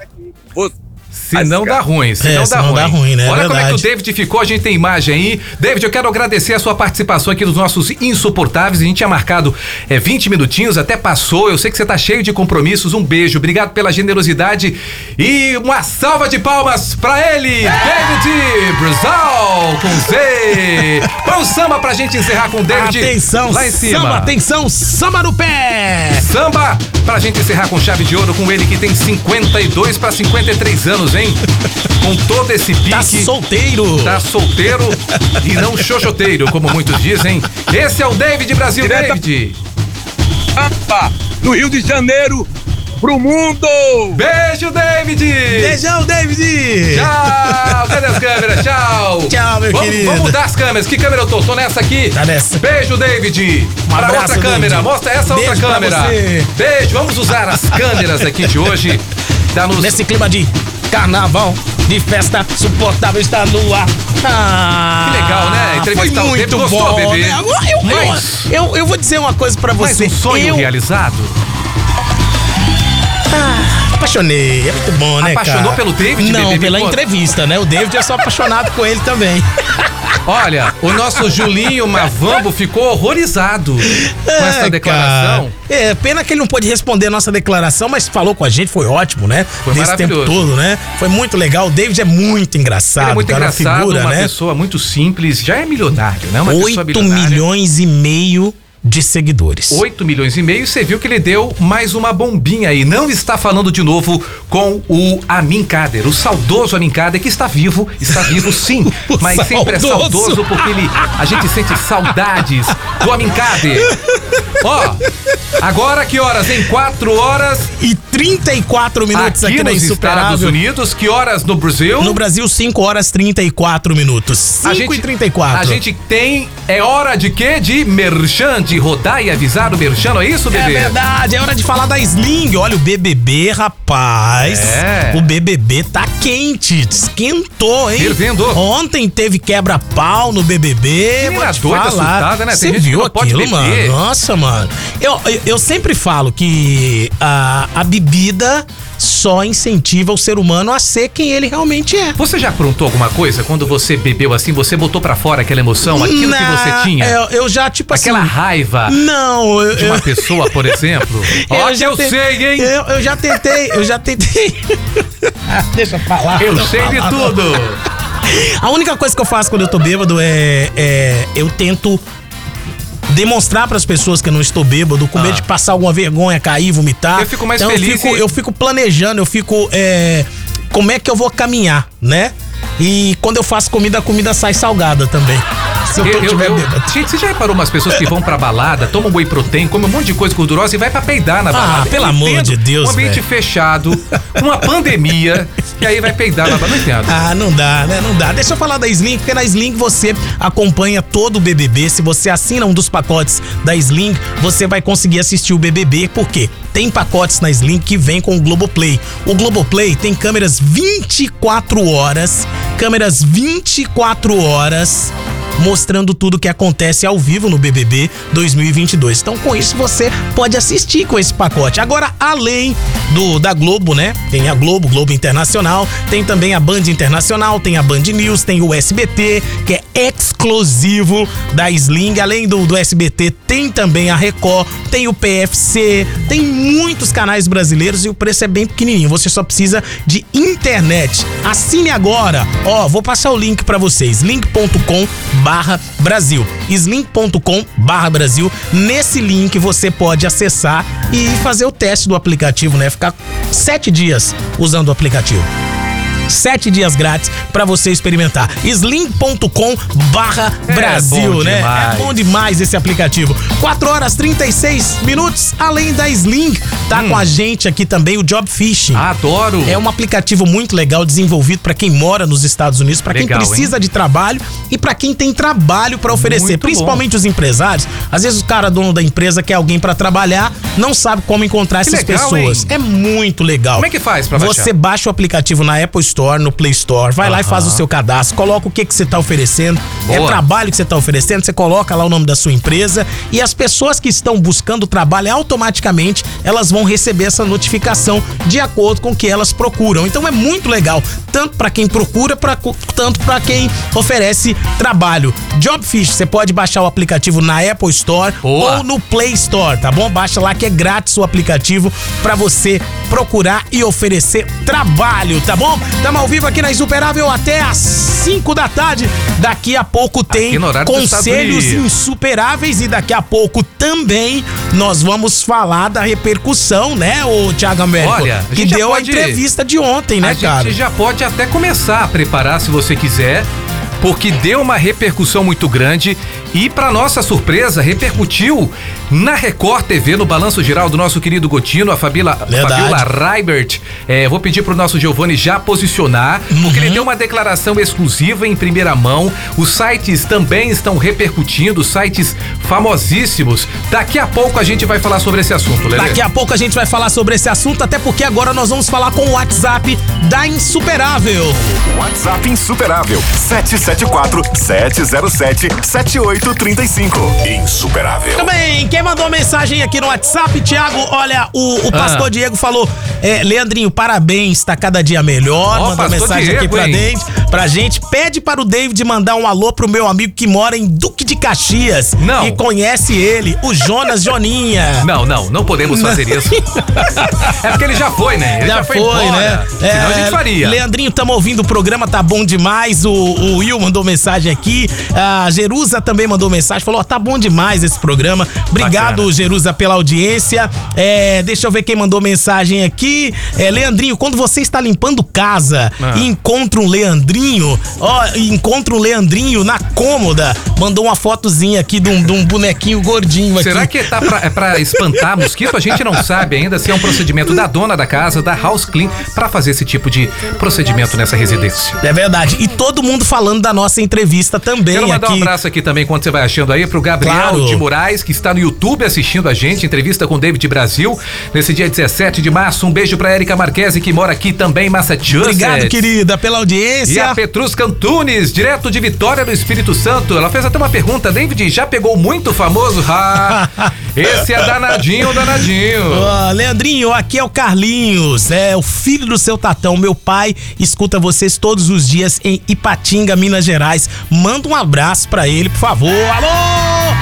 você
Se não dá ruim, se
É,
não, dá,
senão
ruim.
dá ruim, né? É
Olha como é que o
verdade.
David ficou, a gente tem imagem aí. David, eu quero agradecer a sua participação aqui dos nossos insuportáveis. A gente tinha marcado é, 20 minutinhos, até passou. Eu sei que você tá cheio de compromissos. Um beijo, obrigado pela generosidade e uma salva de palmas pra ele, David Brusal com Z. Põe um samba pra gente encerrar com o David.
atenção,
lá em cima.
samba, atenção, samba no pé!
Samba, pra gente encerrar com chave de ouro com ele que tem 52 pra 53 anos, hein? Com todo esse pique.
Tá solteiro!
Tá solteiro e não xoxoteiro, como muitos dizem. Esse é o David Brasil,
Direta-
David.
tapa no Rio de Janeiro pro mundo!
Beijo, David.
Beijão, David!
Tchau. Cadê as câmeras? Tchau.
Tchau, meu
vamos,
querido.
Vamos mudar as câmeras. Que câmera eu tô? Tô nessa aqui.
Tá nessa.
Beijo, David.
Um
pra
abraço,
outra câmera.
David.
Mostra essa
Beijo
outra
pra
câmera.
você.
Beijo. Vamos usar as câmeras aqui de hoje. Tá nos...
Nesse clima de carnaval, de festa, suportável está no ar. Ah,
Que legal, né? Entrevistar
foi
o David.
muito
Gostou,
bom,
bebê?
né? Agora eu,
Mais.
eu, eu, eu vou dizer uma coisa pra
Mais
você.
um sonho
eu
realizado.
apaixonei. É muito bom, né,
Apaixonou
cara?
pelo David,
Não,
bebê? Me
pela
conta.
entrevista, né? O David, eu sou apaixonado com ele também.
Olha, o nosso Julinho Mavambo ficou horrorizado com
É,
essa
cara.
declaração.
É, pena que ele não pôde responder a nossa declaração, mas falou com a gente, foi ótimo, né?
Foi
Desse tempo
maravilhoso.
todo, né? Foi muito legal. O David é muito engraçado,
Ele é muito
Tá, cara, uma
engraçado,
figura,
uma
né?
pessoa muito simples, já é milionário, né? Uma pessoa
8
milionária.
milhões e meio de seguidores.
8 milhões e meio, e você viu que ele deu mais uma bombinha aí. Não está falando de novo com o Amin Kader, o saudoso Amin Kader, que está vivo, está vivo sim,
O
mas sempre é
saudoso.
saudoso porque ele, a gente sente saudades do Amin Kader. Ó, agora que horas? Em 4 horas,
E 34 minutos aqui,
aqui
na
nos Estados
Insuperável.
Unidos, que horas no Brasil?
No Brasil, 5 horas 34 minutos. 5 e 34.
A gente tem. É hora de quê? De merchan, de rodar e avisar o merchan, não é isso,
É
bebê?
verdade, é hora de falar da Sling. Olha, o BBB, rapaz.
É.
O BBB tá quente. Esquentou, hein?
Fervendo.
Ontem teve quebra-pau no BBB.
Menina
Vou te
doida,
falar.
tá assustada, né? Tem
Você
gente que
viu
não pode
aquilo, mano?
beber.
Nossa, mano. Eu, eu, eu sempre falo que a, a bebida só incentiva o ser humano a ser quem ele realmente é.
Você já aprontou alguma coisa quando você bebeu assim, você botou pra fora aquela emoção, aquilo que
Na-
você tinha?
Eu, eu já, tipo
Aquela
assim...
raiva
Não, eu...
de uma
eu-
pessoa, por exemplo? Ó, que eu
te-
sei, hein?
Eu, eu já tentei, eu já tentei. Deixa eu falar.
Eu sei de tudo.
A única coisa que eu faço quando eu tô bêbado é. é eu tento. Demonstrar pras pessoas que eu não estou bêbado, com medo
Ah.
de passar alguma vergonha, cair, vomitar.
Eu fico mais
então
feliz
Eu fico,
e-
eu fico planejando, eu fico. é, como é que eu vou caminhar, né? E quando eu faço comida, a comida sai salgada também. se eu,
Eu-
tô
eu-
tiver
eu-
bêbado.
Gente, você já reparou umas pessoas que vão pra balada, tomam whey protein, comem um monte de coisa gordurosa e vai pra peidar na
Ah,
balada? Eu
pelo
não
amor
entendo.
de Deus,
Um ambiente
velho.
fechado, uma pandemia, e aí vai peidar na balada. Não entendo.
Ah, não dá, né? Não dá. Deixa eu falar da Sling, porque na Sling você acompanha todo o BBB. Se você assina um dos pacotes da Sling, você vai conseguir assistir o BBB, porque tem pacotes na Sling que vem com o Globoplay. O Globoplay tem câmeras 24 horas, câmeras 24 horas mostrando tudo o que acontece ao vivo no BBB 2022. Então, com isso você pode assistir com esse pacote. Agora, além do da Globo, né? Tem a Globo, Globo Internacional, tem também a Band Internacional, tem a Band News, tem o SBT, que é exclusivo da Sling. Além do, do SBT, tem também a Record, tem o PFC, tem muitos canais brasileiros e o preço é bem pequenininho. Você só precisa de internet. Assine agora. Ó, vou passar o link pra vocês. link.com barra Brasil. slink.com barra Brasil. Nesse link você pode acessar e fazer o teste do aplicativo, né? Ficar sete dias usando o aplicativo. Sete dias grátis pra você experimentar. slim.com barra Brasil,
É bom
né?
demais.
É bom demais esse aplicativo. 4 horas 36 minutos, além da Sling, tá
Hum.
com a gente aqui também o Job Fishing.
Ah. Adoro.
É um aplicativo muito legal desenvolvido pra quem mora nos Estados Unidos, pra quem
Legal,
precisa de trabalho e pra quem tem trabalho pra oferecer,
Muito bom.
principalmente os empresários. Às vezes o cara dono da empresa quer alguém pra trabalhar, não sabe como encontrar
Que
essas
legal,
pessoas.
hein?
É muito legal.
Como é que faz pra baixar?
Você baixa o aplicativo na Apple Store, no Play Store, vai lá e faz o seu cadastro, coloca o que que você tá oferecendo, é
Boa.
trabalho que você tá oferecendo, você coloca lá o nome da sua empresa e as pessoas que estão buscando trabalho automaticamente, elas vão receber essa notificação de acordo com o que elas procuram. Então é muito legal, tanto para quem procura, pra, co- tanto para quem oferece trabalho. Jobfish, você pode baixar o aplicativo na Apple Store
Boa.
ou no Play Store, tá bom? Baixa lá que é grátis o aplicativo pra você procurar e oferecer trabalho, tá bom? Tamo ao vivo aqui na Insuperável até às 5 da tarde. Daqui a pouco tem
Aqui no horário dos Estados
conselhos
Unidos.
insuperáveis e daqui a pouco também nós vamos falar da repercussão, né, o Thiago Américo?
Olha, a
que
gente já
deu a
pode-
entrevista de ontem, né,
a
cara?
gente já pode até começar a preparar se você quiser, porque deu uma repercussão muito grande e, para nossa surpresa, repercutiu na Record TV, no balanço geral do nosso querido Gotino, a Fabila,
Verdade.
Fabiola Raibert. É, vou pedir pro nosso Giovanni já posicionar, porque
Uhum.
ele deu uma declaração exclusiva em primeira mão. Os sites também estão repercutindo, sites famosíssimos. Daqui a pouco a gente vai falar sobre esse assunto, Lelê.
Daqui a pouco a gente vai falar sobre esse assunto, até porque agora nós vamos falar com o WhatsApp da Insuperável.
WhatsApp insuperável 774 707 7835. Insuperável.
Também, quem mandou mensagem aqui no WhatsApp, Thiago, olha,
Ah.
o, o pastor Diego falou, é, Leandrinho, parabéns, tá cada dia melhor,
Ó,
mandou
pastor
mensagem aqui
Diego,
pra,
hein?
gente, pra gente, pede para o David mandar um alô pro meu amigo que mora em Duque de Caxias,
Não.
que conhece ele, o Jonas Joninha.
Não, não, não podemos fazer isso. É porque ele já foi, né? Ele já, foi, embora.
É,
Senão a gente faria.
Leandrinho, tamo ouvindo o programa, tá bom demais. O, o Will mandou mensagem aqui. A Jerusa também mandou mensagem, falou: ó, tá bom demais esse programa. Obrigado,
Bacana.
Jerusa, pela audiência. É, deixa eu ver quem mandou mensagem aqui. É, Leandrinho, quando você está limpando casa
Ah.
e encontra um Leandrinho, ó, e encontra um Leandrinho na cômoda, mandou uma fotozinha aqui de um, de um bonequinho gordinho aqui.
Será que tá pra, é pra espantar mosquito? A gente não sabe ainda se é um procedimento da dona da casa, da house clean, pra fazer esse tipo de procedimento nessa residência.
É verdade. E todo mundo falando da nossa entrevista também
Quero mandar
aqui.
um abraço aqui também, quando você vai achando aí, pro Gabriel
Claro.
de Moraes, que está no YouTube assistindo a gente, entrevista com David Brasil, nesse dia 17 de março. Um beijo pra Erika Marquese, que mora aqui também em Massachusetts.
Obrigado, querida, pela
E
audiência.
a Petrusca Antunes, direto de Vitória do Espírito Santo. Ela fez até uma pergunta, David, já pegou muito famoso? Ah, esse é danadinho, danadinho.
Ó, Leandrinho, aqui é o Carlinhos, é o filho do seu Tatão. Meu pai escuta vocês todos os dias em Ipatinga, Minas Gerais. Manda um abraço pra ele, por favor. Alô!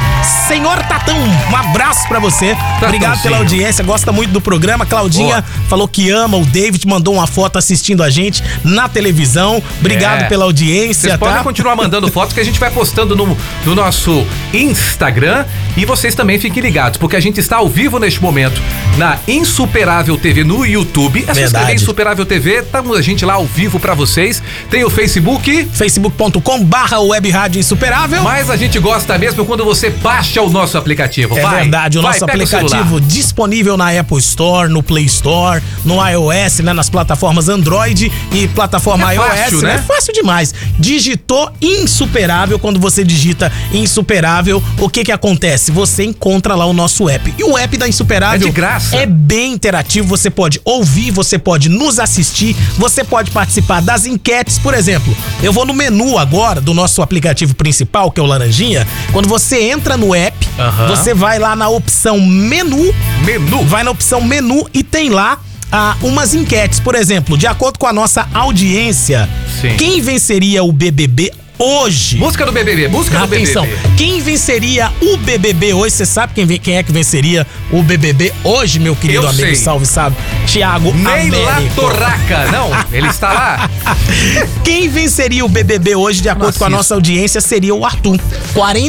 Senhor Tatão, um abraço pra você. Obrigado pela
Tatãozinho.
audiência, gosta muito do programa. Claudinha
Boa.
falou que ama o David, mandou uma foto assistindo a gente na televisão. Obrigado
É.
pela audiência,
Vocês podem
tá?
continuar mandando fotos que a gente vai postando no, no nosso Instagram. E vocês também fiquem ligados, porque a gente está ao vivo neste momento na Insuperável TV no YouTube. É só escrever
Verdade.
Insuperável TV, tá a gente lá ao vivo pra vocês. Tem o Facebook,
facebook.com barra web rádio insuperável.
Mas a gente gosta mesmo quando você baixa o nosso aplicativo.
É
Vai,
verdade, o
vai,
nosso
pega o celular.
aplicativo disponível na Apple Store, no Play Store, no iOS, né, nas plataformas Android e plataforma
É
iOS,
fácil,
né?
né?
É fácil demais. Digitou insuperável, quando você digita insuperável, o que que acontece? Você encontra lá o nosso app. E o app da Insuperável
É de graça.
é bem interativo, você pode ouvir, você pode nos assistir, você pode participar das enquetes, por exemplo. Eu vou no menu agora do nosso aplicativo principal, que é o Laranjinha. Quando você entra no app,
Aham.
você vai lá na opção menu.
Menu.
Vai na opção menu e tem lá ah, umas enquetes. Por exemplo, de acordo com a nossa audiência,
Sim.
quem venceria o BBB hoje?
Música do BBB, música
Atenção,
do BBB.
quem venceria o BBB hoje? Você sabe quem, ve- quem é que venceria o BBB hoje, meu querido
Eu
amigo?
sei.
Salve, salve. Tiago
Neila
Américo.
Torraca. Não, ele está lá.
Quem venceria o BBB hoje, de acordo com a
assisto.
nossa audiência, seria o Arthur.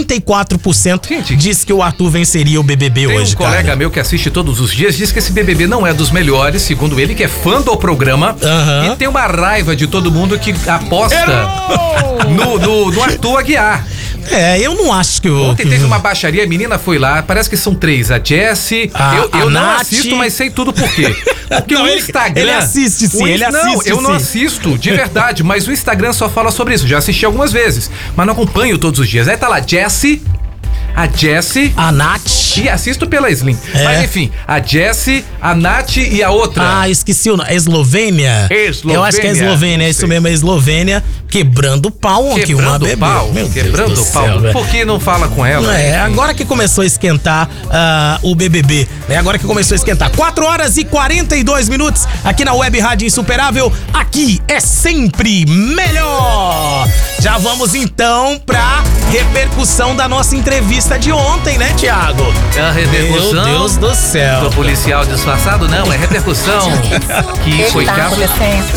44%
Gente.
diz que o Arthur venceria o BBB
Tem um
hoje, tá, né?
colega
cara.
meu que assiste todos os dias, diz que esse BBB não é dos melhores, segundo ele, que é fã do programa.
Aham.
E tem uma raiva de todo mundo que aposta no, no, no Arthur Aguiar.
É, eu não acho que o...
Ontem
que-
teve uma baixaria, a menina foi lá, parece que são três. A Jessie,
A-
eu,
a
eu não
Nath.
assisto, mas sei tudo por quê. Porque
Não,
o
ele-
Instagram.
ele assiste, sim,
o in-
ele
não,
assiste,
eu não
sim.
assisto, de verdade, mas o Instagram só fala sobre isso. Já assisti algumas vezes, mas não acompanho todos os dias. Aí tá lá, Jessie, a Jessie.
A Nath...
E assisto pela Slim.
É.
Mas enfim, a Jessie, a Nath e a outra.
Ah, esqueci o nome. Eslovênia?
Eslovênia.
Eu acho que é Eslovênia, é
Não
isso
sei.
mesmo, é Eslovênia. Quebrando pau um aqui, uma
quebrando o
bebê.
pau.
Meu Deus
quebrando
do
o pau.
céu, velho.
Por que não fala com ela?
É, agora que começou a esquentar ah, o BBB, né? Agora que começou a esquentar. 4 horas e 42 minutos aqui na Web Rádio Insuperável. Aqui é sempre melhor. Já vamos então pra repercussão da nossa entrevista de ontem, né, Tiago?
É a
Meu
repercussão.
Deus do
Do
céu.
policial disfarçado, não, é repercussão. Que foi
Tá
caso,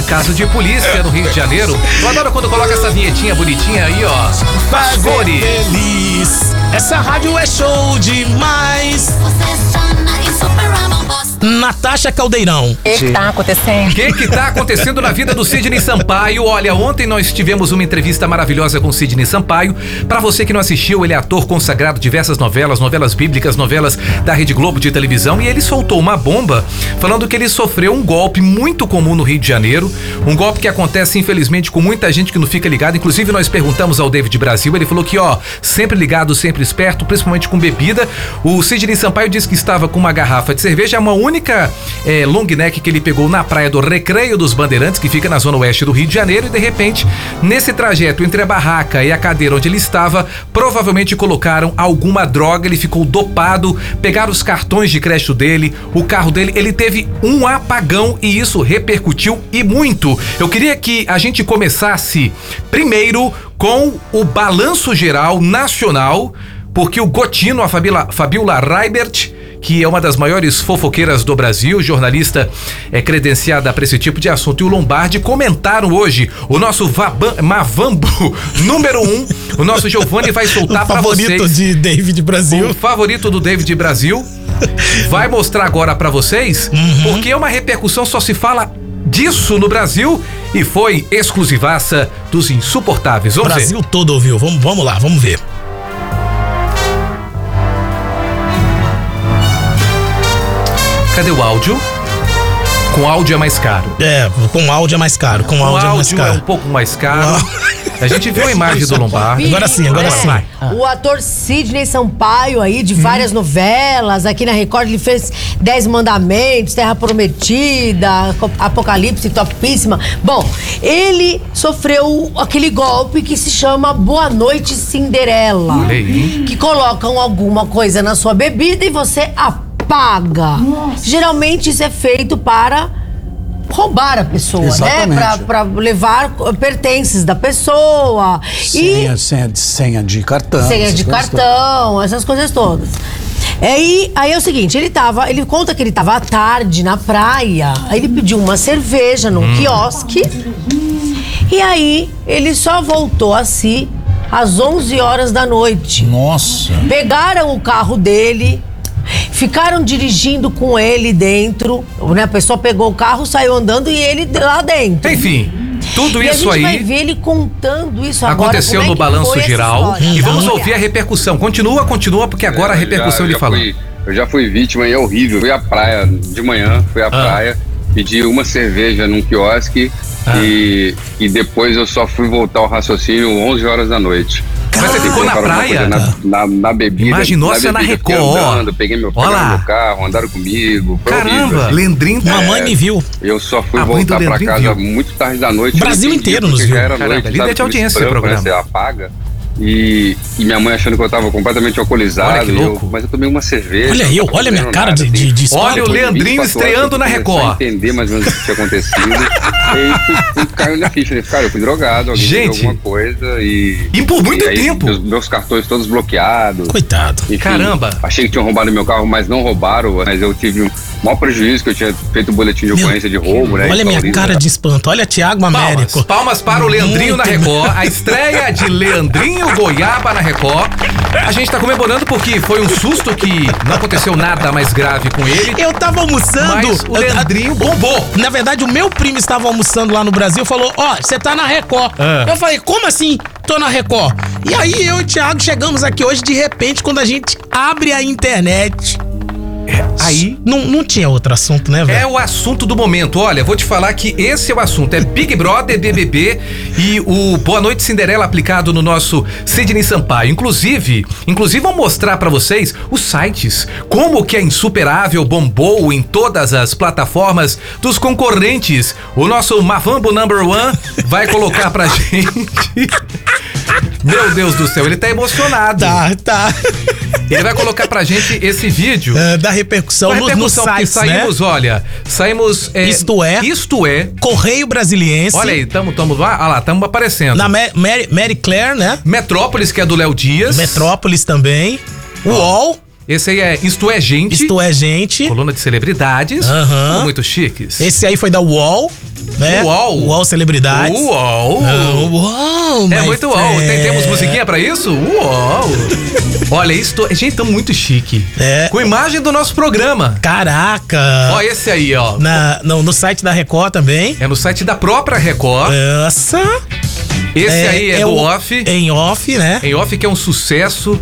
caso de polícia no Rio de Janeiro. Eu adoro quando coloca essa vinhetinha bonitinha aí, ó. As
Fazer
cores.
feliz. Essa rádio é show demais.
Você está na insuperável bosta.
Natasha Caldeirão.
tá
O que que tá acontecendo na vida do Sidney Sampaio? Olha, ontem nós tivemos uma entrevista maravilhosa com o Sidney Sampaio. Pra você que não assistiu, ele é ator consagrado, diversas novelas, novelas bíblicas, novelas da Rede Globo de televisão. E ele soltou uma bomba falando que ele sofreu um golpe muito comum no Rio de Janeiro. Um golpe que acontece, infelizmente, com muita gente que não fica ligada. Inclusive, nós perguntamos ao David Brasil, ele falou que, ó, sempre ligado, sempre esperto, principalmente com bebida. O Sidney Sampaio disse que estava com uma garrafa de cerveja, uma única eh, long neck que ele pegou na praia do Recreio dos Bandeirantes, que fica na zona oeste do Rio de Janeiro, e de repente, nesse trajeto entre a barraca e a cadeira onde ele estava, provavelmente colocaram alguma droga, ele ficou dopado, pegaram os cartões de crédito dele, o carro dele, ele teve um apagão e isso repercutiu e muito. Eu queria que a gente começasse primeiro com o balanço geral nacional, porque o Gotino, a Fabila, Fabiola Reibert, que é uma das maiores fofoqueiras do Brasil, jornalista é credenciada para esse tipo de assunto, e o Lombardi comentaram hoje o nosso Vaban, Mavambo número um. O nosso Giovanni vai soltar
o
para
favorito
vocês.
de David Brasil.
O favorito do David Brasil vai mostrar agora para vocês,
Uhum.
porque é uma repercussão só se fala disso no Brasil e foi exclusivaça dos insuportáveis. Vamos ver.
Brasil todo ouviu. Vamos, vamos lá, vamos ver.
Cadê o áudio? Com áudio é mais caro.
É, com áudio é mais caro. Com
O
áudio, é mais
áudio é um
caro.
pouco mais caro.
Uau.
A gente viu a imagem do Lombardi.
Agora sim, agora sim. Uhum.
É, O ator Sidney Sampaio aí, de várias novelas, aqui na Record, ele fez Dez Mandamentos, Terra Prometida, Co- Apocalipse, Topíssima. Bom, ele sofreu aquele golpe que se chama Boa Noite Cinderela.
Olha aí.
Que colocam alguma coisa na sua bebida e você apaga. Geralmente isso é feito para roubar a pessoa, né?
Exatamente.
Pra- Pra levar pertences da pessoa.
é.
e
Senha, senha, senha de cartão.
Ah,
senha
essas
de
coisas todas.
cartão, essas coisas todas. É, e aí é o seguinte, ele tava, ele conta que ele tava à tarde na praia, aí ele pediu uma
Hum.
cerveja num quiosque. E aí ele só voltou a si às 11 horas da noite.
Nossa.
Pegaram o carro dele, ficaram dirigindo com ele dentro. Né? A pessoa pegou o carro, saiu andando e ele lá
é
dentro.
Enfim, tudo
e
isso
a gente vai
aí
ver ele contando isso agora.
aconteceu
como é
no
que foi
balanço
essa
geral.
história.
E vamos
Olha.
ouvir a repercussão. Continua, continua, porque agora a
Eu
repercussão ele fala.
É, fui- eu já fui vítima e é horrível. Fui à praia de manhã, fui à
Ah.
praia, pedi uma cerveja num quiosque
Ah.
e, e depois eu só fui voltar ao raciocínio 11 horas da noite.
Mas você ficou na
Colocaram uma
praia?
Tá.
coisa Na, na, na bebida.
Imaginou você na
bebida, fiquei
Record.
Andando, peguei meu,
Olha
pegaram
lá.
meu carro, andaram comigo. Foi horrível.
Caramba, É. Lendrinho. Mamãe me viu.
Eu só fui
A mãe do
voltar pra
Leandrinho
casa
viu.
muito tarde da noite.
Brasil
Eu não entendia
inteiro nos
porque já
viu.
era
Caramba,
noite,
líder
sabe,
de audiência
branco,
esse programa.
né, Você apaga. E, e minha mãe achando que eu tava completamente alcoolizado.
Olha que
e eu-
louco.
mas eu tomei uma cerveja.
é
Olha
não
eu,
tava
olha minha
comendo
cara
nada,
de-
assim.
de- de
Olha
espanto.
o Leandrinho
24
estreando na Record. entender mais ou menos o que tinha acontecido. e aí fui, fui caindo na ficha. né? Cara, eu fui drogado, alguém fez
Gente.
alguma coisa e.
E por muito
aí,
tempo.
Meus, meus cartões todos bloqueados.
Coitado.
Caramba.
Achei que tinham roubado meu carro, mas não roubaram. Mas eu tive um maior prejuízo que eu tinha feito boletim de ocorrência de roubo,
É,
né?
Olha a minha
Então,
cara de espanto. Olha Tiago Américo.
Palmas para o Leandrinho na Record, a estreia de Leandrinho Goiaba na Record. A gente tá comemorando porque foi um susto que não aconteceu nada mais grave com ele.
Eu tava almoçando.
Mas o
eu-
Leandrinho bombou.
Na verdade, o meu primo estava almoçando lá no Brasil e falou: Ó, você tá na Record.
Ah.
Eu falei: Como assim? Tô na Record. E aí eu e o Thiago chegamos aqui hoje, de repente, quando a gente abre a internet.
aí.
Não, não tinha outro assunto, né, velho?
É o assunto do momento. Olha, vou te falar que esse é o assunto. É Big Brother, BBB e o Boa Noite Cinderela aplicado no nosso Sidney Sampaio. Inclusive, inclusive vou mostrar pra vocês os sites. Como que a Insuperável bombou em todas as plataformas dos concorrentes. O nosso Mavambo Number One vai colocar pra gente... Meu Deus do céu, ele tá emocionado.
Tá, tá.
Ele vai colocar pra gente esse vídeo.
da repercussão,
da
Então no- nos
repercussão porque
sites, né?
saímos, olha, saímos... é,
Isto é.
Isto é.
Correio Brasiliense.
Olha aí, tamo, tamo lá, ah lá, tamo aparecendo.
Na Ma- Mary, Mary Claire, né?
Metrópolis, que é do Léo Dias.
Metrópolis também. UOL.
Esse aí é Isto é Gente.
Isto é Gente.
Coluna de celebridades.
Aham.
Muito chiques.
Esse aí foi da UOL, né?
UOL.
UOL Celebridades.
Uou!
Ah, uou,
É
my
muito uou. Tem-
friend.
temos musiquinha pra isso? Uou! Olha, isto. Gente, tamo muito chique.
É.
Com imagem do nosso programa.
Caraca.
Ó, esse aí, ó.
Na, não, no site da Record também.
É no site da própria Record.
Nossa.
Esse aí é, do
o-
Off.
Em off, né?
Em Off, que é um sucesso.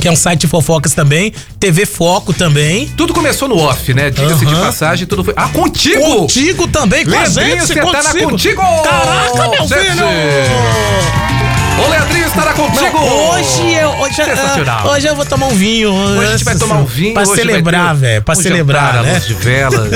Que é um site de fofocas também. TV Foco também.
Tudo começou no off, né? Diga-se de
Aham.
passagem, tudo foi. Ah, contigo!
Contigo também, com a
Leandrinho,
gente.
você tá na Contigo!
Caraca, meu
Gente.
filho.
Ô, Leandrinho, estará contigo!
Não, hoje eu, hoje, eu-
é Sensacional.
hoje eu vou tomar um vinho.
Hoje a gente vai tomar um vinho.
Pra
hoje vai
celebrar,
ter
velho. Pra
um
celebrar,
jantar à
né?
luz de velas.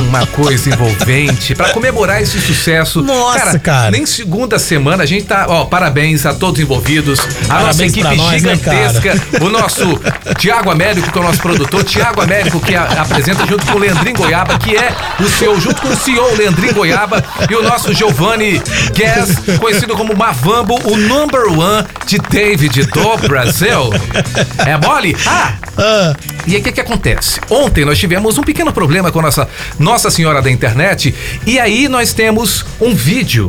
uma coisa envolvente. Pra comemorar esse sucesso.
Nossa, cara.
Nem segunda semana a gente tá. Ó, parabéns a todos envolvidos. A nossa
Parabéns pra
equipe
nós, né,
gigantesca. o nosso Tiago Américo, que é o nosso produtor. Tiago Américo, que a- apresenta junto com o Leandrinho Goiaba, que é o CEO, junto com o CEO Leandrinho Goiaba. E o nosso Giovanni Guess, conhecido como Mavambo, o number one de David do Brasil. É mole? Ah!
Ah,
E aí o que, que acontece? Ontem nós tivemos um pequeno problema com a nossa Nossa Senhora da Internet e aí nós temos um vídeo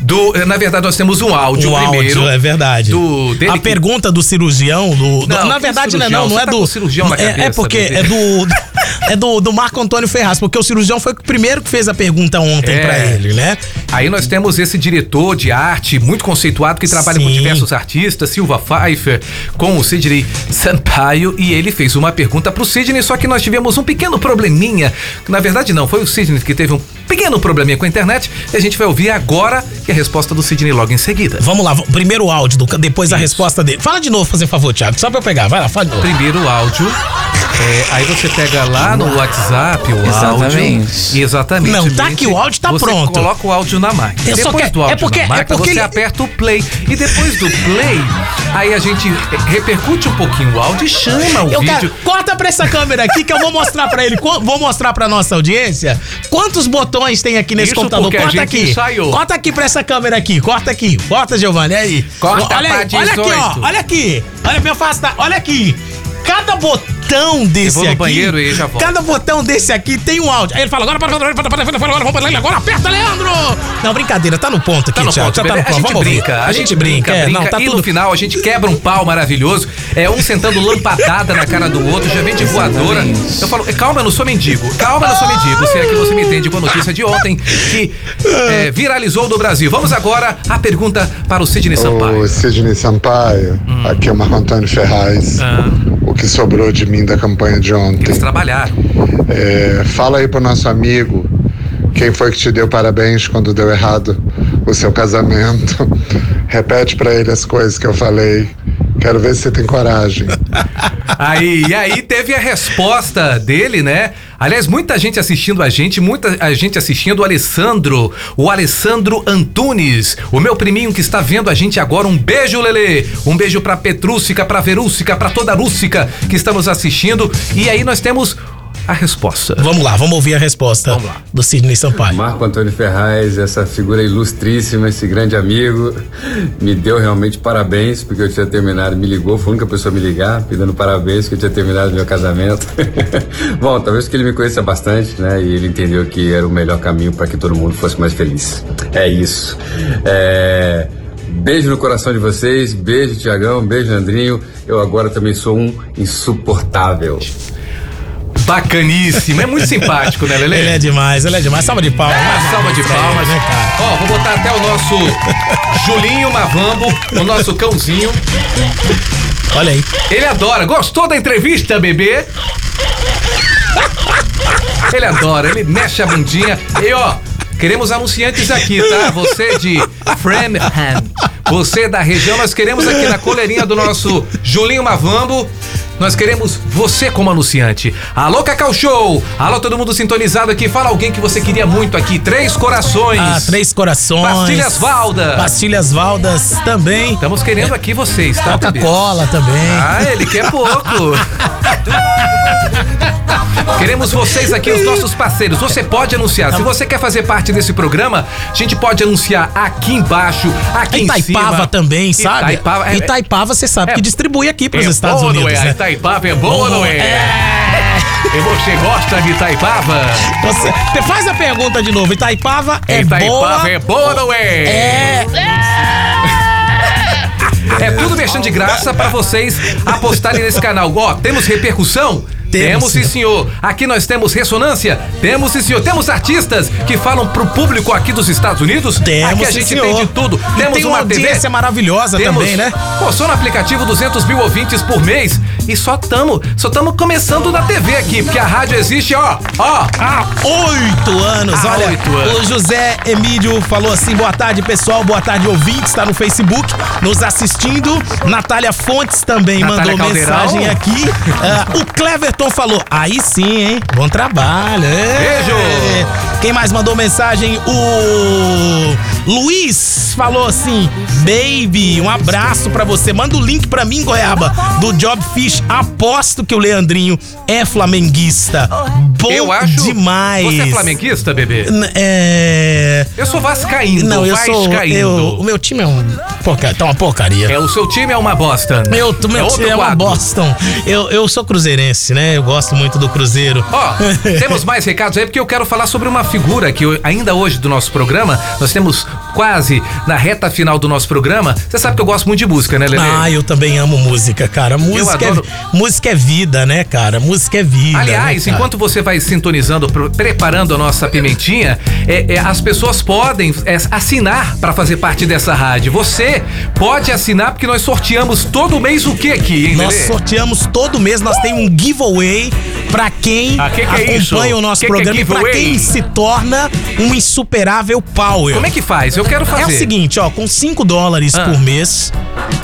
do, eh, na verdade nós temos um áudio
o
primeiro.
áudio, é verdade.
do- dele
a
que-
pergunta do cirurgião, do, do-
Não,
na
que
verdade não é
cirurgião?
não, não
Você
é
tá
do
com cirurgião na
é- é,
cabeça,
porque
bebê.
é do é do, do Marco Antônio Ferraz, porque o cirurgião foi o primeiro que fez a pergunta ontem
É.
pra ele, né?
Aí nós temos esse diretor de arte muito conceituado que trabalha com
Sim.
diversos artistas, Silva Pfeiffer, com o Sidney Sampaio, e ele fez uma pergunta pro Sidney, só que nós tivemos um pequeno probleminha. Na verdade, não, foi o Sidney que teve um pequeno probleminha com a internet, e a gente vai ouvir agora e a resposta do Sidney logo em seguida.
Vamos lá, v- primeiro o áudio, do- depois a resposta dele. Fala de novo, fazer favor, Thiago, só pra eu pegar. Vai lá, fala de novo.
Primeiro o áudio. é, aí você pega lá no WhatsApp o
Exatamente.
áudio. Exatamente.
Não, tá aqui, o áudio tá
você
pronto.
coloca o áudio na máquina.
Eu só
depois
quero-
do áudio
é porque-
na
é
máquina,
porque
você
ele-
aperta o play. E depois do play, aí a gente repercute um pouquinho o áudio e chama o
Eu
vídeo.
quero- corta pra essa câmera aqui que eu vou mostrar pra ele. Qu- Vou mostrar pra nossa audiência quantos botões tem aqui nesse
Isso
computador.
porque a
Corta
gente
aqui.
ensaiou.
Corta aqui pra essa câmera aqui. Corta aqui. Corta, Giovanni. Aí.
Corta
olha, aí,
pra
olha aqui, ó.
18.
Olha aqui. Olha pra eu afastar. Olha aqui. Cada botão. botão desse
vou no
aqui.
banheiro e já volto.
Cada botão desse aqui tem um áudio. Aí ele fala, agora, para, para, para, para, para, para, agora, vamos lá, agora aperta, Leandro! Não, brincadeira, tá no ponto aqui,
Tá no
Thiago,
ponto,
já tá
bebê.
no
a
ponto.
gente
Vamos ouvir.
brinca, a gente brinca,
é,
brinca.
não, tá
e
tudo
no final a gente quebra um pau maravilhoso. É um sentando lampadada na cara do outro, já vem de voadora. Eu falo, calma, eu não sou mendigo. Calma, eu não sou mendigo. Se é que você me entende com a notícia de ontem que é, viralizou no Brasil. Vamos agora à pergunta para o Sidney Sampaio.
Ô, Sidney Sampaio, aqui é o Marco Antônio Ferraz. O que sobrou de mim da campanha de ontem? Eles
trabalharam.
fala aí pro nosso amigo quem foi que te deu parabéns quando deu errado o seu casamento. Repete pra ele as coisas que eu falei. Quero ver se você tem coragem.
Aí, e aí teve a resposta dele, né? Aliás, muita gente assistindo a gente, muita a gente assistindo o Alessandro, o Alessandro Antunes, o meu priminho que está vendo a gente agora. Um beijo, Lele. Um beijo pra Petrúcica, pra Verúcica, pra toda a Rússica que está nos assistindo. E aí nós temos a resposta.
Vamos lá, vamos ouvir a resposta do Sidney Sampaio.
Marco Antônio Ferraz, essa figura ilustríssima, esse grande amigo, me deu realmente parabéns porque eu tinha terminado, me ligou, foi a única pessoa a me ligar, me dando parabéns que eu tinha terminado meu casamento. Bom, talvez que ele me conheça bastante, né? E ele entendeu que era o melhor caminho para que todo mundo fosse mais feliz. É isso. É, Beijo no coração de vocês, beijo Tiagão, beijo Andrinho. Eu agora também sou um insuportável.
Bacaníssimo, é muito simpático, né, Lele?
Ele é demais, ele é demais. Salva de palmas. mais uma
Salva de
vez pra ele,
palmas.
né, cara?
Ó, vou botar até o nosso Julinho Mavambo, o nosso cãozinho.
Olha aí.
Ele adora. Gostou da entrevista, bebê? Ele adora, ele mexe a bundinha. E ó, queremos anunciantes aqui, tá? Você de Framingham, você é da região, nós queremos aqui na coleirinha do nosso Julinho Mavambo. Nós queremos você como anunciante. Alô, Cacau Show! Alô, todo mundo sintonizado aqui. Fala alguém que você queria muito aqui. Três corações.
Ah, Três Corações.
Pastilhas Valdas.
Pastilhas Valdas também.
Estamos querendo aqui vocês, tá? bebê?
Coca-Cola também.
Ah, ele quer pouco. Queremos vocês aqui, os nossos parceiros. Você pode anunciar. Se você quer fazer parte desse programa, a gente pode anunciar aqui embaixo, aqui em cima.
Itaipava também, sabe?
Itaipava, é-
Itaipava, você sabe que distribui aqui pros
é
Estados
bom,
Unidos,
não é?
né?
Itaipava é bom, não é? E você gosta de Itaipava?
Você, te faz a pergunta de novo. Itaipava é
Itaipava
boa?
é boa, não é?
É.
É tudo deixando de graça pra vocês apostarem nesse canal. Ó, temos repercussão? Temos, sim, senhor. Aqui nós temos ressonância? Temos, sim, senhor. Temos artistas que falam pro público aqui dos Estados Unidos? Temos, Aqui a
É. sim,
gente
senhor.
tem de tudo.
E
temos
tem uma audiência maravilhosa também, né?
Pô, só no aplicativo 200 mil ouvintes por mês. E só tamo, só tamo começando na TV aqui, porque a rádio existe, ó, ó.
Há oito anos,
Há
olha.
oito anos.
O José Emílio falou assim: boa tarde, pessoal, boa tarde, ouvintes. Está no Facebook nos assistindo. Natália Fontes também
Natália
mandou
Caldeirão.
mensagem aqui. Ah, o Cleverton falou: aí sim, hein? Bom trabalho. É.
Beijo.
Quem mais mandou mensagem? O Luiz falou assim: Baby, um abraço pra você. Manda o link pra mim, Goiaba, do Jobfish. Aposto que o Leandrinho é flamenguista. Bom
Eu acho-
demais.
Você é flamenguista, bebê?
N- É.
Eu sou vascaíno,
Não, eu sou.
vascaíno.
eu- o meu time é um. Porca, tá uma porcaria.
É, o seu time é uma bosta.
Meu, o meu
É outro
time é uma
quadro.
Boston. Eu, eu sou cruzeirense, né? Eu gosto muito do Cruzeiro.
Ó, temos mais recados aí, porque eu quero falar sobre uma figura que eu- ainda hoje do nosso programa, nós temos quase na reta final do nosso programa. Você sabe que eu gosto muito de música, né, Lelê?
Ah, eu também amo música, cara. Música,
adoro.
é, música é vida, né, cara? Música é vida.
Aliás,
né, cara?
enquanto você vai sintonizando, pro- preparando a nossa pimentinha, é, é, as pessoas podem é, assinar para fazer parte dessa rádio. Você pode assinar porque nós sorteamos todo mês o que aqui, hein,
Nós
Lelê?
sorteamos todo mês, nós temos um giveaway pra quem
Ah, que que é
acompanha
isso?
o nosso
Que que é
programa e pra
giveaway?
quem se torna um insuperável power.
Como é que faz? Eu quero fazer.
É o seguinte, ó, com 5 dólares
Ah.
por mês,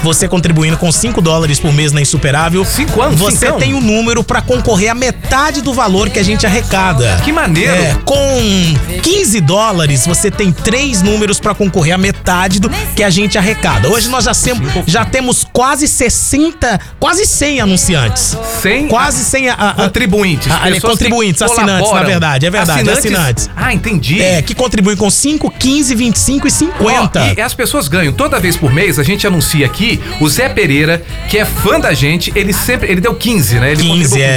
você contribuindo com 5 dólares por mês na Insuperável,
anos,
você
cincão?
tem o número pra concorrer a metade do valor que a gente arrecada.
Que maneiro.
É, com 15 dólares, você tem três números pra concorrer a metade do que a gente arrecada. Hoje nós já, sem- já temos quase 60, quase 100 anunciantes.
100?
Quase 100 a- a- a-
Contribuintes.
Ah, é,
pessoas que
contribuintes, assinantes, na
colaboram.
verdade. É verdade, assinantes.
Ah, entendi.
É, que contribuem com 5, 15, 25 e 50.
Ó, e as pessoas ganham. Toda vez por mês a gente anuncia agradecer aqui o Zé Pereira, que é fã da gente. Ele sempre. Ele deu 15, né? Ele
15,
contribuiu
é.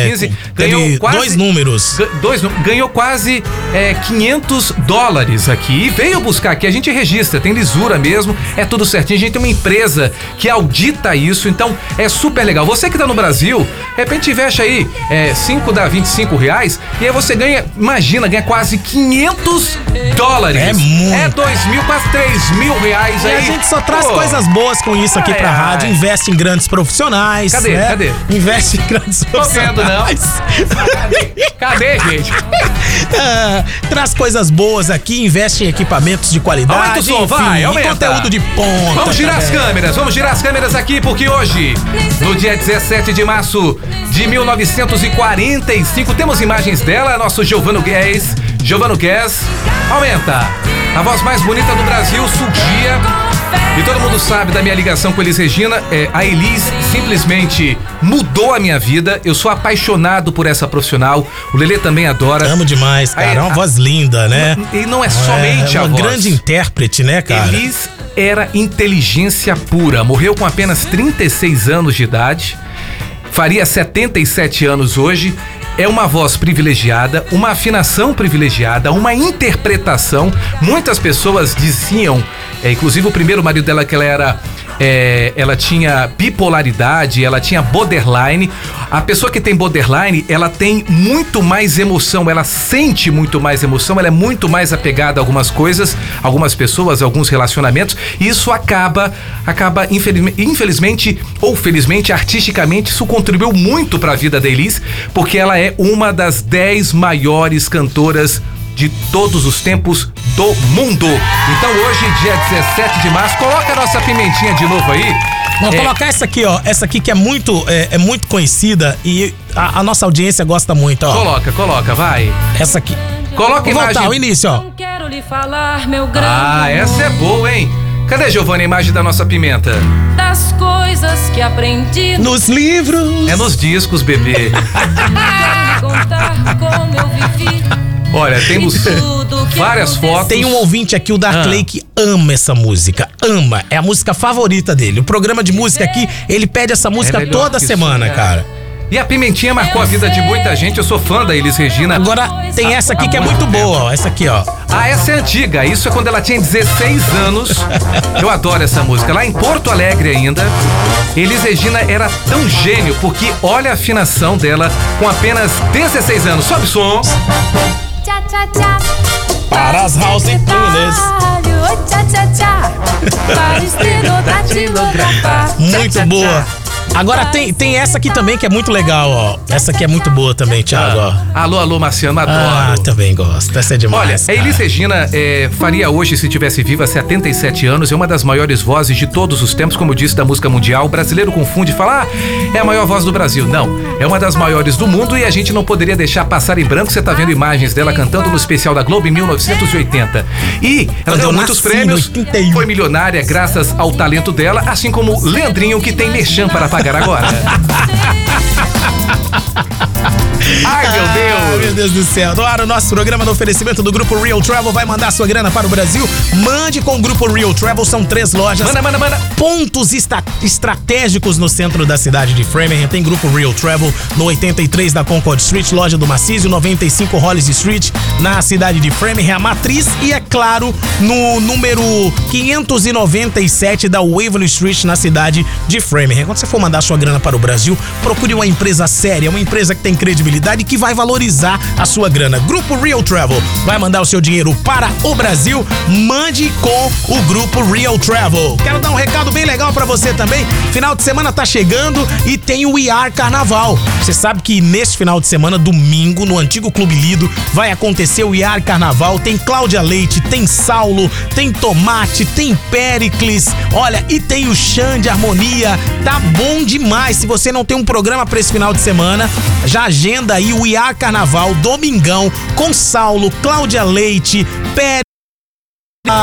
Teve dois números.
ga- Dois, nu- ganhou quase é, 500 dólares aqui. E veio buscar aqui. A gente registra, tem lisura mesmo. É tudo certinho. A gente tem uma empresa que audita isso. Então é super legal. Você que tá no Brasil, de repente investe aí é, 5 dá 25 reais. E aí você ganha, imagina, ganha quase 500 dólares. É muito. É 2 mil, quase 3 mil reais
E
aí.
a gente só traz
Pô.
coisas boas com isso aqui
Ai,
pra
ai.
rádio. Investe em grandes profissionais.
Cadê?
né?
Cadê?
Investe em grandes
Tô vendo, não.
profissionais.
Cadê, gente?
Ah, traz coisas boas aqui, investe em equipamentos de qualidade.
Aumenta o som, vai,
enfim,
aumenta.
Conteúdo de ponta. né?
Vamos girar as
também.
câmeras, vamos girar as câmeras aqui, porque hoje, no dia 17 de março de 1945, temos imagens dela, nosso Giovano Guedes. Giovano Guedes, aumenta. A voz mais bonita do Brasil surgia. E todo mundo sabe da minha ligação com Elis Regina. É, a Elis simplesmente mudou a minha vida. Eu sou apaixonado por essa profissional. O Lelê também adora.
Amo demais, cara. É uma voz linda, né?
E não é ah. somente
é
a
uma
voz.
grande intérprete, né, cara?
Elis era inteligência pura. Morreu com apenas 36 anos de idade. Faria 77 anos hoje. É uma voz privilegiada, uma afinação privilegiada, uma interpretação. Muitas pessoas diziam, é, inclusive o primeiro marido dela que ela era, é, ela tinha bipolaridade, ela tinha borderline. A pessoa que tem borderline, ela tem muito mais emoção, ela sente muito mais emoção, ela é muito mais apegada a algumas coisas, algumas pessoas, alguns relacionamentos, e isso acaba, acaba infelizme- infelizmente ou felizmente, artisticamente, isso contribuiu muito para a vida da Elis, porque ela é uma das 10 maiores cantoras de todos os tempos do mundo. Então hoje, dia 17 de março, coloca a nossa pimentinha de novo aí.
Vou
É,
colocar essa aqui, ó. Essa aqui que é muito, é, é muito conhecida e a, a nossa audiência gosta muito, ó.
Coloca, coloca, vai.
Essa aqui.
Coloca
Vou
a
voltar
imagem.
ao início, ó.
Quero lhe falar, meu grande
Ah, essa é
amor,
boa, hein? Cadê, Giovanna, a imagem da nossa pimenta?
Das coisas que aprendi
livros.
É nos discos, bebê.
Quero lhe contar como eu vivi
Olha, temos
tudo que
várias fotos.
Tem um ouvinte aqui, o
Ah.
Darkley, que ama essa música. Ama. É a música favorita dele. O programa de música aqui, ele pede essa música
É melhor
toda
que
semana,
sonhar.
cara.
E a Pimentinha marcou a vida de muita gente. Eu sou fã da Elis Regina.
Agora tem essa aqui que é muito boa, ó. Essa aqui, ó.
Ah, essa é antiga. Isso é quando ela tinha 16 anos. Eu adoro essa música. Lá em Porto Alegre ainda, Elis Regina era tão gênio porque olha a afinação dela com apenas 16 anos. Sobe o som.
Tchá, tchá, tchá.
Para as house
Alho, oi, tchá, tchá, tchá. Para estenodatilografa.
Muito boa. Agora tem, tem essa aqui também que é muito legal, ó. Essa aqui é muito boa também, Thiago, ó.
Alô, alô, Marciano, adoro.
Ah, também gosto. Essa é
Olha,
demais.
a Elis Regina é, faria hoje, se tivesse viva, 77 anos. É uma das maiores vozes de todos os tempos, como eu disse, da música mundial. O brasileiro confunde e fala, ah, é a maior voz do Brasil. Não, é uma das maiores do mundo e a gente não poderia deixar passar em branco. Você tá vendo imagens dela cantando no especial da Globo em 1980. E ela
Quando
ganhou
eu
muitos
nasci, em um.
prêmios, foi milionária graças ao talento dela, assim como Leandrinho, que tem mexão para pagar agora. Ai, meu Deus!
meu Deus do céu. No ar, o nosso programa no oferecimento do Grupo Real Travel vai mandar sua grana para o Brasil. Mande com o Grupo Real Travel, são três lojas.
Manda, manda, manda.
Pontos esta- estratégicos no centro da cidade de Framingham. Tem Grupo Real Travel no 83 da Concord Street, loja do Macísio, 95 Hollis Street, na cidade de Framingham, a matriz. E, é claro, no número 597 da Waverly Street, na cidade de Framingham. Quando você for mandar sua grana para o Brasil, procure uma empresa séria, uma empresa que tem credibilidade e que vai valorizar a sua grana. Grupo Real Travel vai mandar o seu dinheiro para o Brasil. Mande com o Grupo Real Travel. Quero dar um recado bem legal para você também. Final de semana tá chegando e tem o IAR Carnaval. Você sabe que neste final de semana, domingo, no antigo Clube Lido, vai acontecer o IAR Carnaval. Tem Cláudia Leite, tem Saulo, tem Tomate, tem Péricles. Olha, e tem o Xande Harmonia. Tá bom demais. Se você não tem um programa pra esse final de semana, já agenda aí o IAR Carnaval, domingão, com Saulo, Cláudia Leite, Péricles.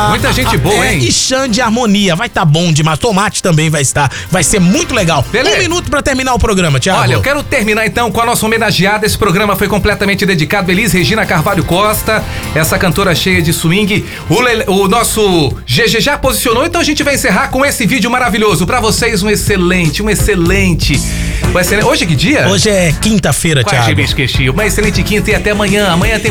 Muita gente boa,
É,
hein?
E Xande de harmonia, vai tá bom demais. Tomate também vai estar. Vai ser muito legal. Um minuto pra terminar o programa, Thiago.
Olha, eu quero terminar então com a nossa homenageada. Esse programa foi completamente dedicado a Elis Regina Carvalho Costa, essa cantora cheia de swing. O, le- o nosso GG já posicionou, então a gente vai encerrar com esse vídeo maravilhoso. Pra vocês, um excelente, um excelente. um excelente- Hoje é que dia?
Hoje é quinta-feira,
Quase
Thiago.
me esqueci. Uma excelente quinta e até amanhã. Amanhã tem